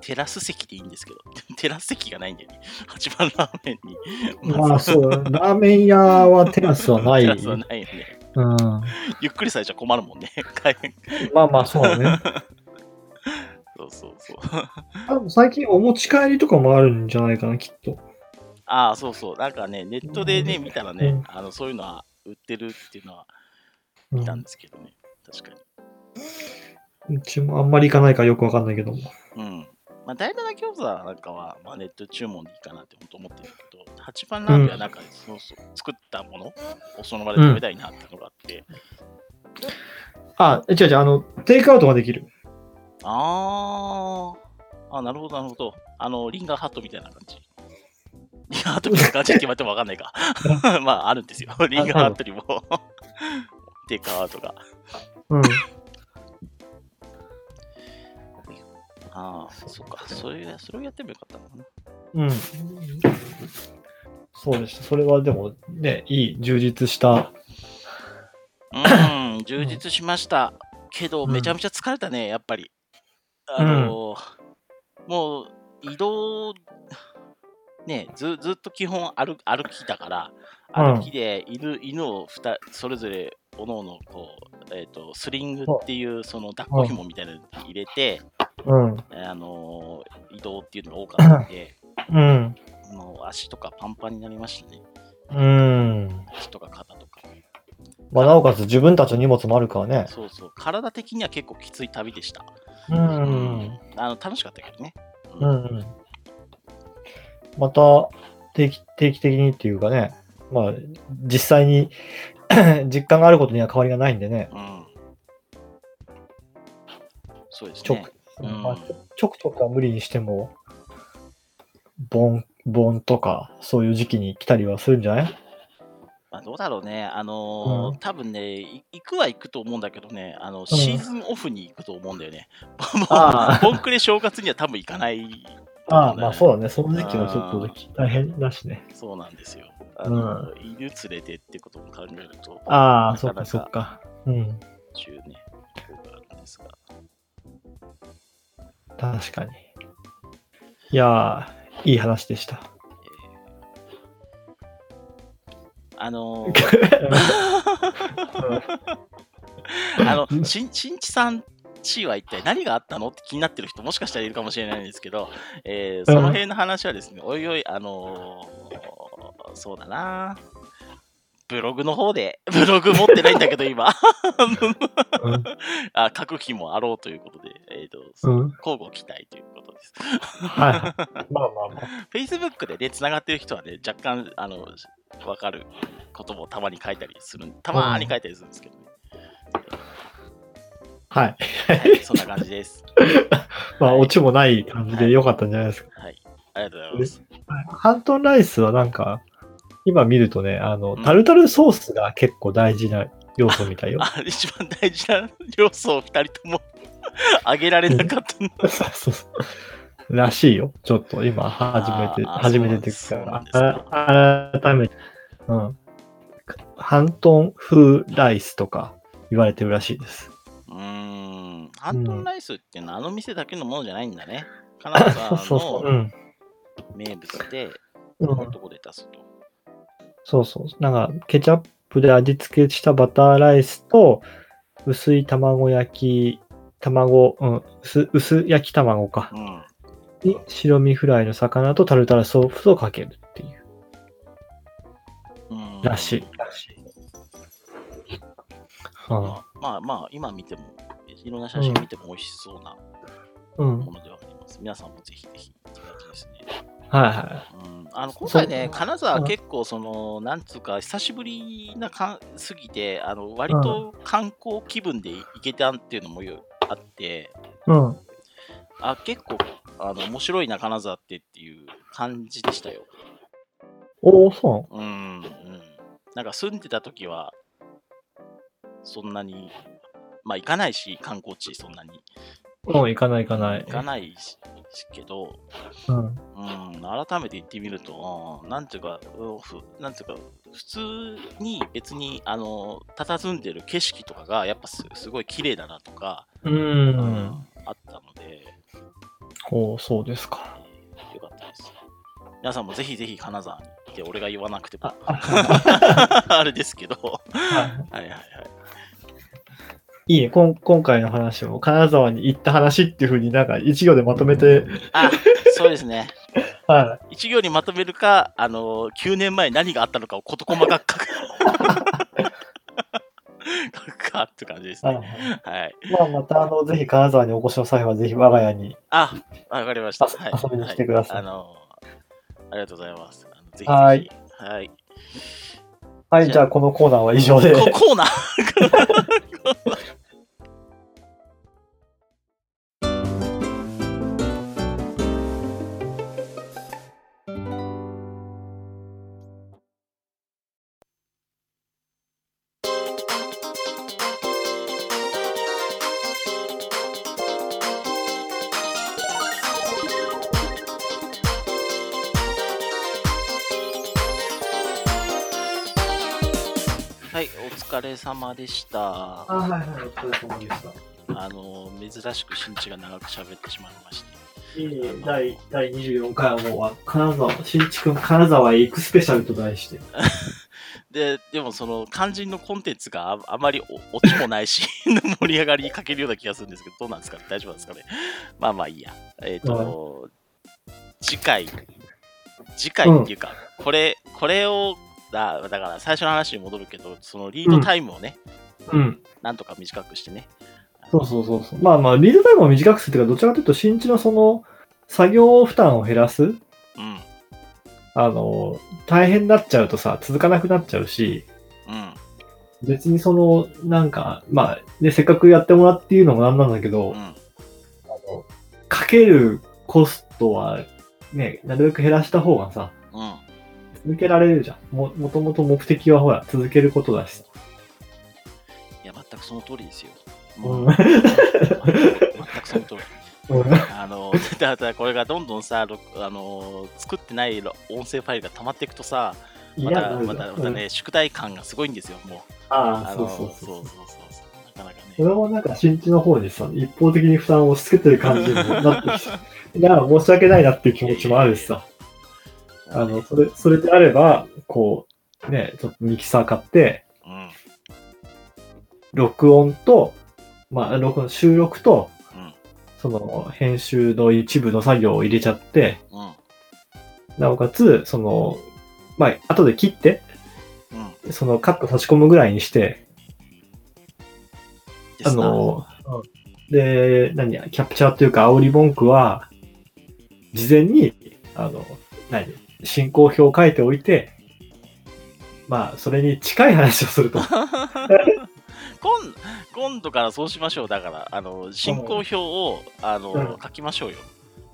Speaker 1: テラス席でいいんですけど、 テラス席がないんだよね。8番ラーメンに。
Speaker 2: まあそう、ラーメン屋はテラス はない。
Speaker 1: テ
Speaker 2: う
Speaker 1: ラスは
Speaker 2: ん。
Speaker 1: ないよね。
Speaker 2: ま
Speaker 1: ゆっくりされちゃ困るもんね。 帰る
Speaker 2: あまあそうだね。
Speaker 1: そうそうそう。
Speaker 2: 多分最近お持ち帰りとかもあるんじゃないかな、きっと。
Speaker 1: ああ、そうそう。なんかね、ネットでね、見たら
Speaker 2: う
Speaker 1: ね
Speaker 2: ん、
Speaker 1: あのそういうのは売ってるっていうのは
Speaker 2: う
Speaker 1: 見たん
Speaker 2: ん
Speaker 1: ですけどね。確か
Speaker 2: うちもあんまり行かないからよくわかんないけども。
Speaker 1: に。うん。まあ、第7餃子なんかは、まあ、ネット注文でいいかなって本当思ってるけど、8番ラーメンはなんか、そうそう作ったものをその場で食べたいなってのがあって、
Speaker 2: あ、違う違う、あの、テイクアウトができる。
Speaker 1: あーあ、なるほど、なるほど。あの、リンガーハットみたいな感じ。リンガーハットみたいな感じって言われてもわかんないか。 まあ、あるんですよ。リンガーハットにも。 テイクアウトが。
Speaker 2: うん。
Speaker 1: ああ、そっか。それ、それをやってもよかったのかな。
Speaker 2: うん。そうでした。それはでもね、いい、充実した。
Speaker 1: うん、充実しました。けど、
Speaker 2: うん
Speaker 1: めちゃめちゃ疲れたね、やっぱり。あのーもう、移動、ね、ずずっと基本歩歩きだから、
Speaker 2: うん
Speaker 1: 歩きで犬犬をふたそれぞれおのおのこう、えー、とスリングっていうその抱っこ紐みたいなのに入れて、
Speaker 2: うん。
Speaker 1: あのー移動っていうのが多かったんで、
Speaker 2: うん。
Speaker 1: もう足とかパンパンになりましたね。
Speaker 2: うん。
Speaker 1: 足とか肩とか。
Speaker 2: まあ、なおかつ自分たちの荷物もあるからね。
Speaker 1: そうそう。体的には結構きつい旅でした。
Speaker 2: う。
Speaker 1: うんあの楽しかったけどね。う
Speaker 2: うんうん。また、定期定期的にっていうかね、まあ、実際に 実感があることには変わりがないんでね、
Speaker 1: うん。そうです
Speaker 2: 直、
Speaker 1: ね。うん
Speaker 2: まあ、直とか無理にしても、盆、盆とか、そういう時期に来たりはするんじゃない
Speaker 1: まあ、どうだろうね。あのー
Speaker 2: うん
Speaker 1: 多分ね、い行くは行くと思うんだけどね、あのシーズンオフに行くと思うんだよね。もう
Speaker 2: ああ
Speaker 1: ボンクレ正月には多分行かない。
Speaker 2: ああ、まあそうだね、その時期はちょっと大変だしね。
Speaker 1: そうなんですよ。あの犬連れてってことも考えると、
Speaker 2: ああ、そ
Speaker 1: な
Speaker 2: っ
Speaker 1: かなか
Speaker 2: かそっか。うん、
Speaker 1: 中ね、そうがあるんですが。
Speaker 2: 確かに。いやー、いい話 でした。
Speaker 1: あ のー あの、しん、しんちさんちは一体何があったのって気になってる人もしかしたらいるかもしれないんですけど、えーその辺の話はですね、おいおい、あのーそうだなブログの方で、 ブログ持ってないんだけど今、
Speaker 2: うん
Speaker 1: あ書く日もあろうということで、えっ、と、
Speaker 2: うん、
Speaker 1: 交互期待ということです。
Speaker 2: はいはい。まあまあまあ。
Speaker 1: Facebook でね、つながってる人はね、若干、あの、わかることもたまに書いたりするん、たまーに書いたりするんですけどね。
Speaker 2: はい。
Speaker 1: はい、そんな感じです。
Speaker 2: まあ、オチもない感じで良かったんじゃないですか。
Speaker 1: はい。ありがとうございます。
Speaker 2: はいハントンライスはなんか、今見るとね、あの
Speaker 1: うん、
Speaker 2: タルタルソースが結構大事な要素みたいよ。
Speaker 1: あ、一番大事な要素を2人とも あげられなかったの
Speaker 2: そう そうそう。らしいよ。ちょっと今、初めて、
Speaker 1: あー
Speaker 2: 初めてって
Speaker 1: そう
Speaker 2: い
Speaker 1: なん
Speaker 2: う
Speaker 1: です
Speaker 2: か、あ改めて、うん。ハントン風ライスとか言われてるらしいです。
Speaker 1: うーん。ハントンライスっていうのはあの店だけのものじゃないんだね。 金
Speaker 2: そ
Speaker 1: 沢
Speaker 2: うそうそう。
Speaker 1: の
Speaker 2: う ん。
Speaker 1: 名物で、
Speaker 2: う
Speaker 1: こうい
Speaker 2: ん
Speaker 1: うとこで出すと。
Speaker 2: そうそう。なんか、ケチャップで味付けしたバターライスと、薄い卵焼き、卵、うん、薄薄焼き卵か
Speaker 1: う。ん。
Speaker 2: に、白身フライの魚とタルタルソースをかけるっていう。
Speaker 1: うん
Speaker 2: らしい。らしい。はあ、
Speaker 1: まあまあまあ、今見ても、いろんな写真見ても美味しそうな
Speaker 2: うん。はい
Speaker 1: ものではあります。皆さんもぜひぜひって感じですね。
Speaker 2: は
Speaker 1: うんあの今回ね、
Speaker 2: そう
Speaker 1: 金沢
Speaker 2: うん
Speaker 1: 結構、その、なんつうか、久しぶりなかすぎて、あの割と観光気分で行けたっていうのもよあって、
Speaker 2: い。うん。
Speaker 1: あ結構あの面白いな、金沢ってっていう感じでしたよ。
Speaker 2: おお、そうな
Speaker 1: う
Speaker 2: の
Speaker 1: ん、うん。なんか住んでた時は、そんなに、まあ行かないし、観光地そんなに
Speaker 2: うん、行かない行かない
Speaker 1: 行。かないししけど、
Speaker 2: うん。
Speaker 1: うん、改めて言ってみると、うん、なんていうか、うんふなんていうか、普通に別に、あの、佇んでる景色とかが、やっぱすすごい綺麗だなとか、
Speaker 2: う。
Speaker 1: うんあったので、
Speaker 2: おお、そうですか。
Speaker 1: よかったです。皆さんもぜひぜひ金沢に行って、俺が言わなくても、あれですけど、はいはいはい。
Speaker 2: いいね。こん今回の話も、金沢に行った話っていうふうになんか一行でまとめて、
Speaker 1: あ、そうですね。
Speaker 2: は
Speaker 1: 一行にまとめるか、あの、9年前何があったのかを事細かく書く。書くかって感じです
Speaker 2: い。は
Speaker 1: ね。
Speaker 2: い
Speaker 1: はい。
Speaker 2: まあ、また、あの、ぜひ金沢にお越しの際は、ぜひ我が家に。
Speaker 1: あ、わかりました。
Speaker 2: あ
Speaker 1: はい、
Speaker 2: 遊びに来てくださ
Speaker 1: はあ
Speaker 2: い
Speaker 1: の、ありがとうございます。あのぜひぜひ。
Speaker 2: は
Speaker 1: はいい。はい、じ
Speaker 2: は
Speaker 1: ゃ
Speaker 2: い、
Speaker 1: あ
Speaker 2: じゃあ、このコーナーは以上で。
Speaker 1: こコーナーはい、お疲れ様でした。あ
Speaker 2: はいはい、お疲れ様でした。
Speaker 1: の、珍しく新地が長く喋ってしまいまして。
Speaker 2: 次、第第24回はもう、金沢、新築金沢へ行くスペシャルと題して。
Speaker 1: で、でもその肝心のコンテンツがああまりおオチもないし、 盛り上がりに欠けるような気がするんですけど、どうなんですかね大丈夫なんですかねまあまあいいや。えっ、と、次回、次回っていうか、これ、これを、だだから最初の話に戻るけど、そのリードタイムをね、
Speaker 2: うん。
Speaker 1: なんとか短くしてね。
Speaker 2: そうそうそうそう。まあまあ、リードタイムを短くするというか、どちらかというと、新地のその、作業負担を減らす、
Speaker 1: うん、
Speaker 2: あの、大変になっちゃうとさ、続かなくなっちゃうし、
Speaker 1: うん、
Speaker 2: 別にその、なんか、まあ、ね、せっかくやってもらっていうのもなんなんだけど、
Speaker 1: うん。
Speaker 2: あのかけるコストは、ね、なるべく減らした方がさ、
Speaker 1: うん、
Speaker 2: 続けられるじゃん。も、もともと目的はほら、続けることだし。
Speaker 1: いや、全くその通りですよ。
Speaker 2: う
Speaker 1: も
Speaker 2: ん
Speaker 1: う、全くその通り。
Speaker 2: うん
Speaker 1: あの、 だからこれがどんどんさ、録あの、作ってない音声ファイルが溜まっていくとさ、また、
Speaker 2: 嫌に
Speaker 1: ま
Speaker 2: なるじゃ
Speaker 1: た、
Speaker 2: ん
Speaker 1: またね、宿題感がすごいんですよ、もう。
Speaker 2: うんあ
Speaker 1: あ
Speaker 2: あ、そ
Speaker 1: の
Speaker 2: うそうそう
Speaker 1: そ
Speaker 2: そう
Speaker 1: そ
Speaker 2: う。
Speaker 1: うそうなかなか
Speaker 2: それ
Speaker 1: ね。
Speaker 2: もなんか新地の方にさ、一方的に負担を押し付けてる感じにもなってきて、 だから申し訳ないなっていう気持ちもあるしさ、あの、それ、それであれば、こう、ね、ちょっとミキサー買って、
Speaker 1: うん、
Speaker 2: 録音と、まあ、録音、収録と、
Speaker 1: うん
Speaker 2: その、編集の一部の作業を入れちゃって、
Speaker 1: うん、
Speaker 2: なおかつ、その、まあ、後で切って、
Speaker 1: うん。
Speaker 2: そのカット差し込むぐらいにして、
Speaker 1: で
Speaker 2: あ
Speaker 1: すな
Speaker 2: の、で、何、キャプチャーというか、煽り文句は、事前に、あの、何、進行表を書いておいて、まあ、それに近い話をす ると。
Speaker 1: 今今度からそうしましょう。だから、あの、進行表を、あの
Speaker 2: う、ん
Speaker 1: 書きましょうよ。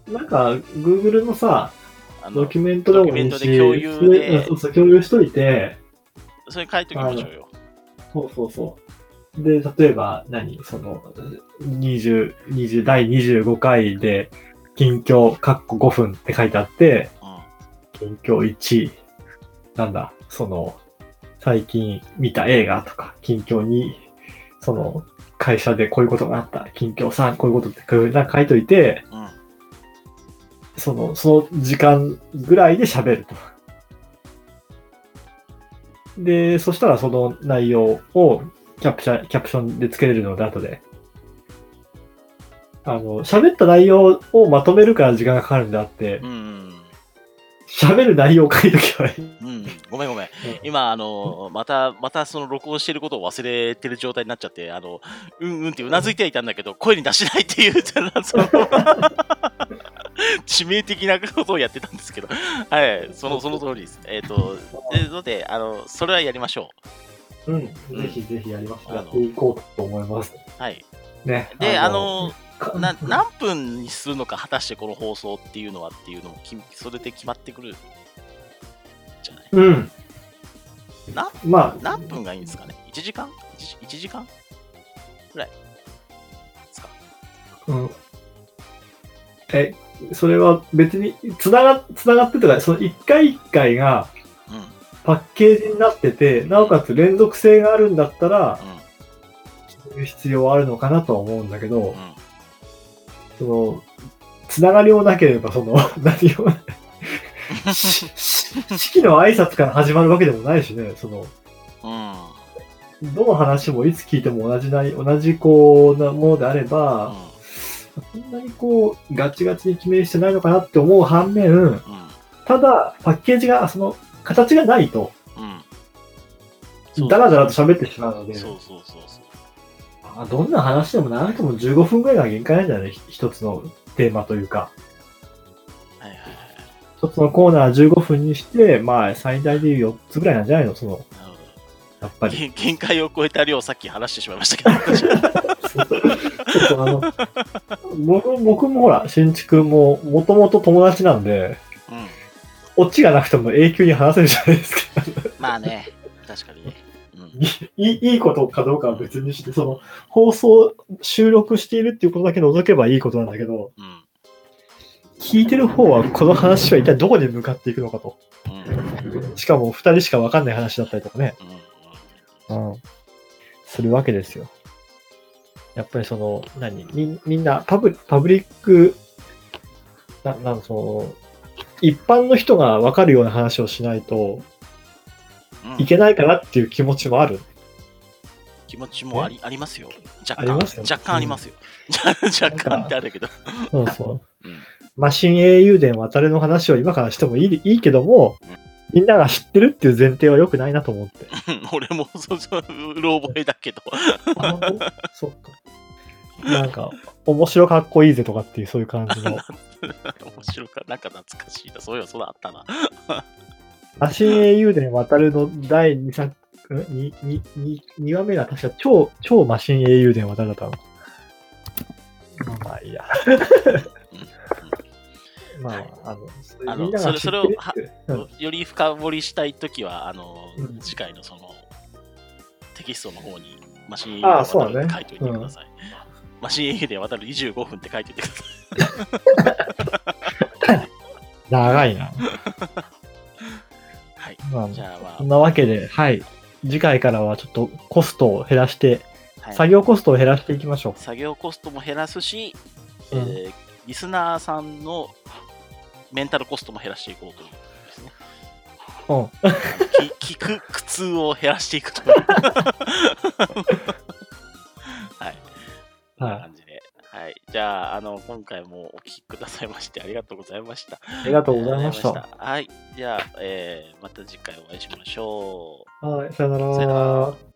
Speaker 2: なんか、Google のさ、
Speaker 1: あ
Speaker 2: ド
Speaker 1: の、
Speaker 2: キュメントでもいいし、
Speaker 1: ドキュメントで共有で
Speaker 2: それそうそう、共有しといて、
Speaker 1: それ書いておきましょうよ。
Speaker 2: そうそうそう。で、例えば、何その、20、20、第25回で、近況、カッコ5分って書いてあって、
Speaker 1: うん。
Speaker 2: 近況1、なんだ、その、最近見た映画とか、近況2、その、会社でこういうことがあった、近況3、こういうことってこういうなんか書いといて、
Speaker 1: うん。
Speaker 2: その、その時間ぐらいで喋ると。で、そしたらその内容をキャプチャ、キャプションでつけれるので、後で。あの、喋った内容をまとめるから時間がかかるんであって
Speaker 1: う、ん。
Speaker 2: 喋る内容を書いとけばいい。
Speaker 1: うん。ごめんごめん。今、あの、また、またその録音してることを忘れてる状態になっちゃって、あの、うんうんってうなずいてはいたんだけど、声に出しないっていう、その 致命的なことをやってたんですけど、はい、その、その通りです。えっ、と、で、ので、あの、それはやりましょ
Speaker 2: うん、ぜひぜひやりまし
Speaker 1: あ
Speaker 2: ょう。
Speaker 1: の
Speaker 2: やっていこうと思います。
Speaker 1: う。はい。
Speaker 2: ね。
Speaker 1: で、あの、
Speaker 2: か
Speaker 1: な何分にするのか、果たしてこの放送っていうのはっていうのも、きそれで決まってくるじゃない。
Speaker 2: うん。
Speaker 1: な
Speaker 2: まあ、
Speaker 1: 何分がいいんですかね ?1 時間 1, 時間ぐらいですか
Speaker 2: うん。え、それは別に、つなが、つながってとか、その一回一回が
Speaker 1: うん。うん。
Speaker 2: パッケージになってて、なおかつ連続性があるんだったら、そういう必要はあるのかなとは思うんだけど
Speaker 1: う、ん。
Speaker 2: その、つながりもなければ、その、 何 を、しし式の挨拶から始まるわけでもないしね、その、
Speaker 1: うん。
Speaker 2: どの話もいつ聞いても同じない、同じこうなものであれば、そんなにこう、ガチガチに決めしてないのかなって思う反面、
Speaker 1: う
Speaker 2: ただ、パッケージが、その、形がないと、
Speaker 1: ん。うん。
Speaker 2: ダラダラと喋ってしまうので、
Speaker 1: そうそうそうそう。
Speaker 2: あどんな話でも何とも15分ぐらいが限界なんじゃないひ一つのテーマというか、
Speaker 1: はいはいは
Speaker 2: 一つのコーナー15分にして、まあ、最大で4つぐらいなんじゃないのその、
Speaker 1: い。なるほ
Speaker 2: やっぱ
Speaker 1: ど。
Speaker 2: り。
Speaker 1: 限限界を超えた量をさっき話してしまいましたけど、私は
Speaker 2: そうそうあの僕僕もほら、新築も、もともと友達なんで、
Speaker 1: うん。
Speaker 2: オチがなくても永久に話せるじゃないですか。
Speaker 1: まあね、確かにね。うん。
Speaker 2: いいいいことかどうかは別にして、その、放送、収録しているっていうことだけ除けばいいことなんだけど、
Speaker 1: うん。
Speaker 2: 聞いてる方はこの話は一体どこに向かっていくのかと。
Speaker 1: うん。うん。
Speaker 2: しかも二人しかわかんない話だったりとかね、
Speaker 1: うん
Speaker 2: うん、するわけですよ。やっぱりその、何みみんなパブ、パブリックななんかその、一般の人が分かるような話をしないと
Speaker 1: うん
Speaker 2: いけないかなっていう気持ちもある。
Speaker 1: 気持ちもありありますよ。若
Speaker 2: あり
Speaker 1: 干
Speaker 2: ますよ
Speaker 1: 若干ありますよ。 若干ってあれだけど。
Speaker 2: そうそう
Speaker 1: うん。
Speaker 2: マシン英雄伝渡れの話を今からしてもいいいいけども
Speaker 1: うん、
Speaker 2: みんなが知ってるっていう前提は良くないなと 思って。
Speaker 1: うん俺もそうそううろ覚えだけど。
Speaker 2: あ、本当そっか。なんか、面白かっこいいぜとかっていうそういう感じ の。
Speaker 1: 面白かなんか懐かしいな。そういえばそうだったな。
Speaker 2: マシン英雄伝渡るの第2作、んににに2話目が確か超、超マシン英雄伝渡るだったの。まあまあいいや。 まあ、あの、そうい
Speaker 1: あの
Speaker 2: うみんなが知ってるっていううん
Speaker 1: より深掘りしたいときは、あの、
Speaker 2: うん
Speaker 1: 次回のその、テキストの方に、マシン
Speaker 2: ああ
Speaker 1: 英
Speaker 2: そう
Speaker 1: 雄
Speaker 2: だ
Speaker 1: で
Speaker 2: ね
Speaker 1: 渡るって書いておいてください。マシン英雄で渡る25分って書いておいてください。
Speaker 2: 長い
Speaker 1: は
Speaker 2: な。
Speaker 1: い。
Speaker 2: まあ
Speaker 1: じゃあま
Speaker 2: そんなわけで、はい。次回からはちょっとコストを減らして、
Speaker 1: あ、はい
Speaker 2: 作業コストを減らしていきましょ
Speaker 1: 作業コストも減らすし、
Speaker 2: う。うん
Speaker 1: えーリスナーさんのメンタルコストも減らしていこうというですね。
Speaker 2: うん
Speaker 1: き聞く苦痛を減らしていく という。はい。こんな
Speaker 2: はい。
Speaker 1: 感じで。はい。じゃあ、あの、今回もお聞きくださいまして、ありがとうございました。
Speaker 2: ありがとうございまし
Speaker 1: ありがと
Speaker 2: た。
Speaker 1: うございましたはい。じゃあ、えーまた次回お会いしましょう。
Speaker 2: はい、さよな
Speaker 1: さよなら
Speaker 2: ら。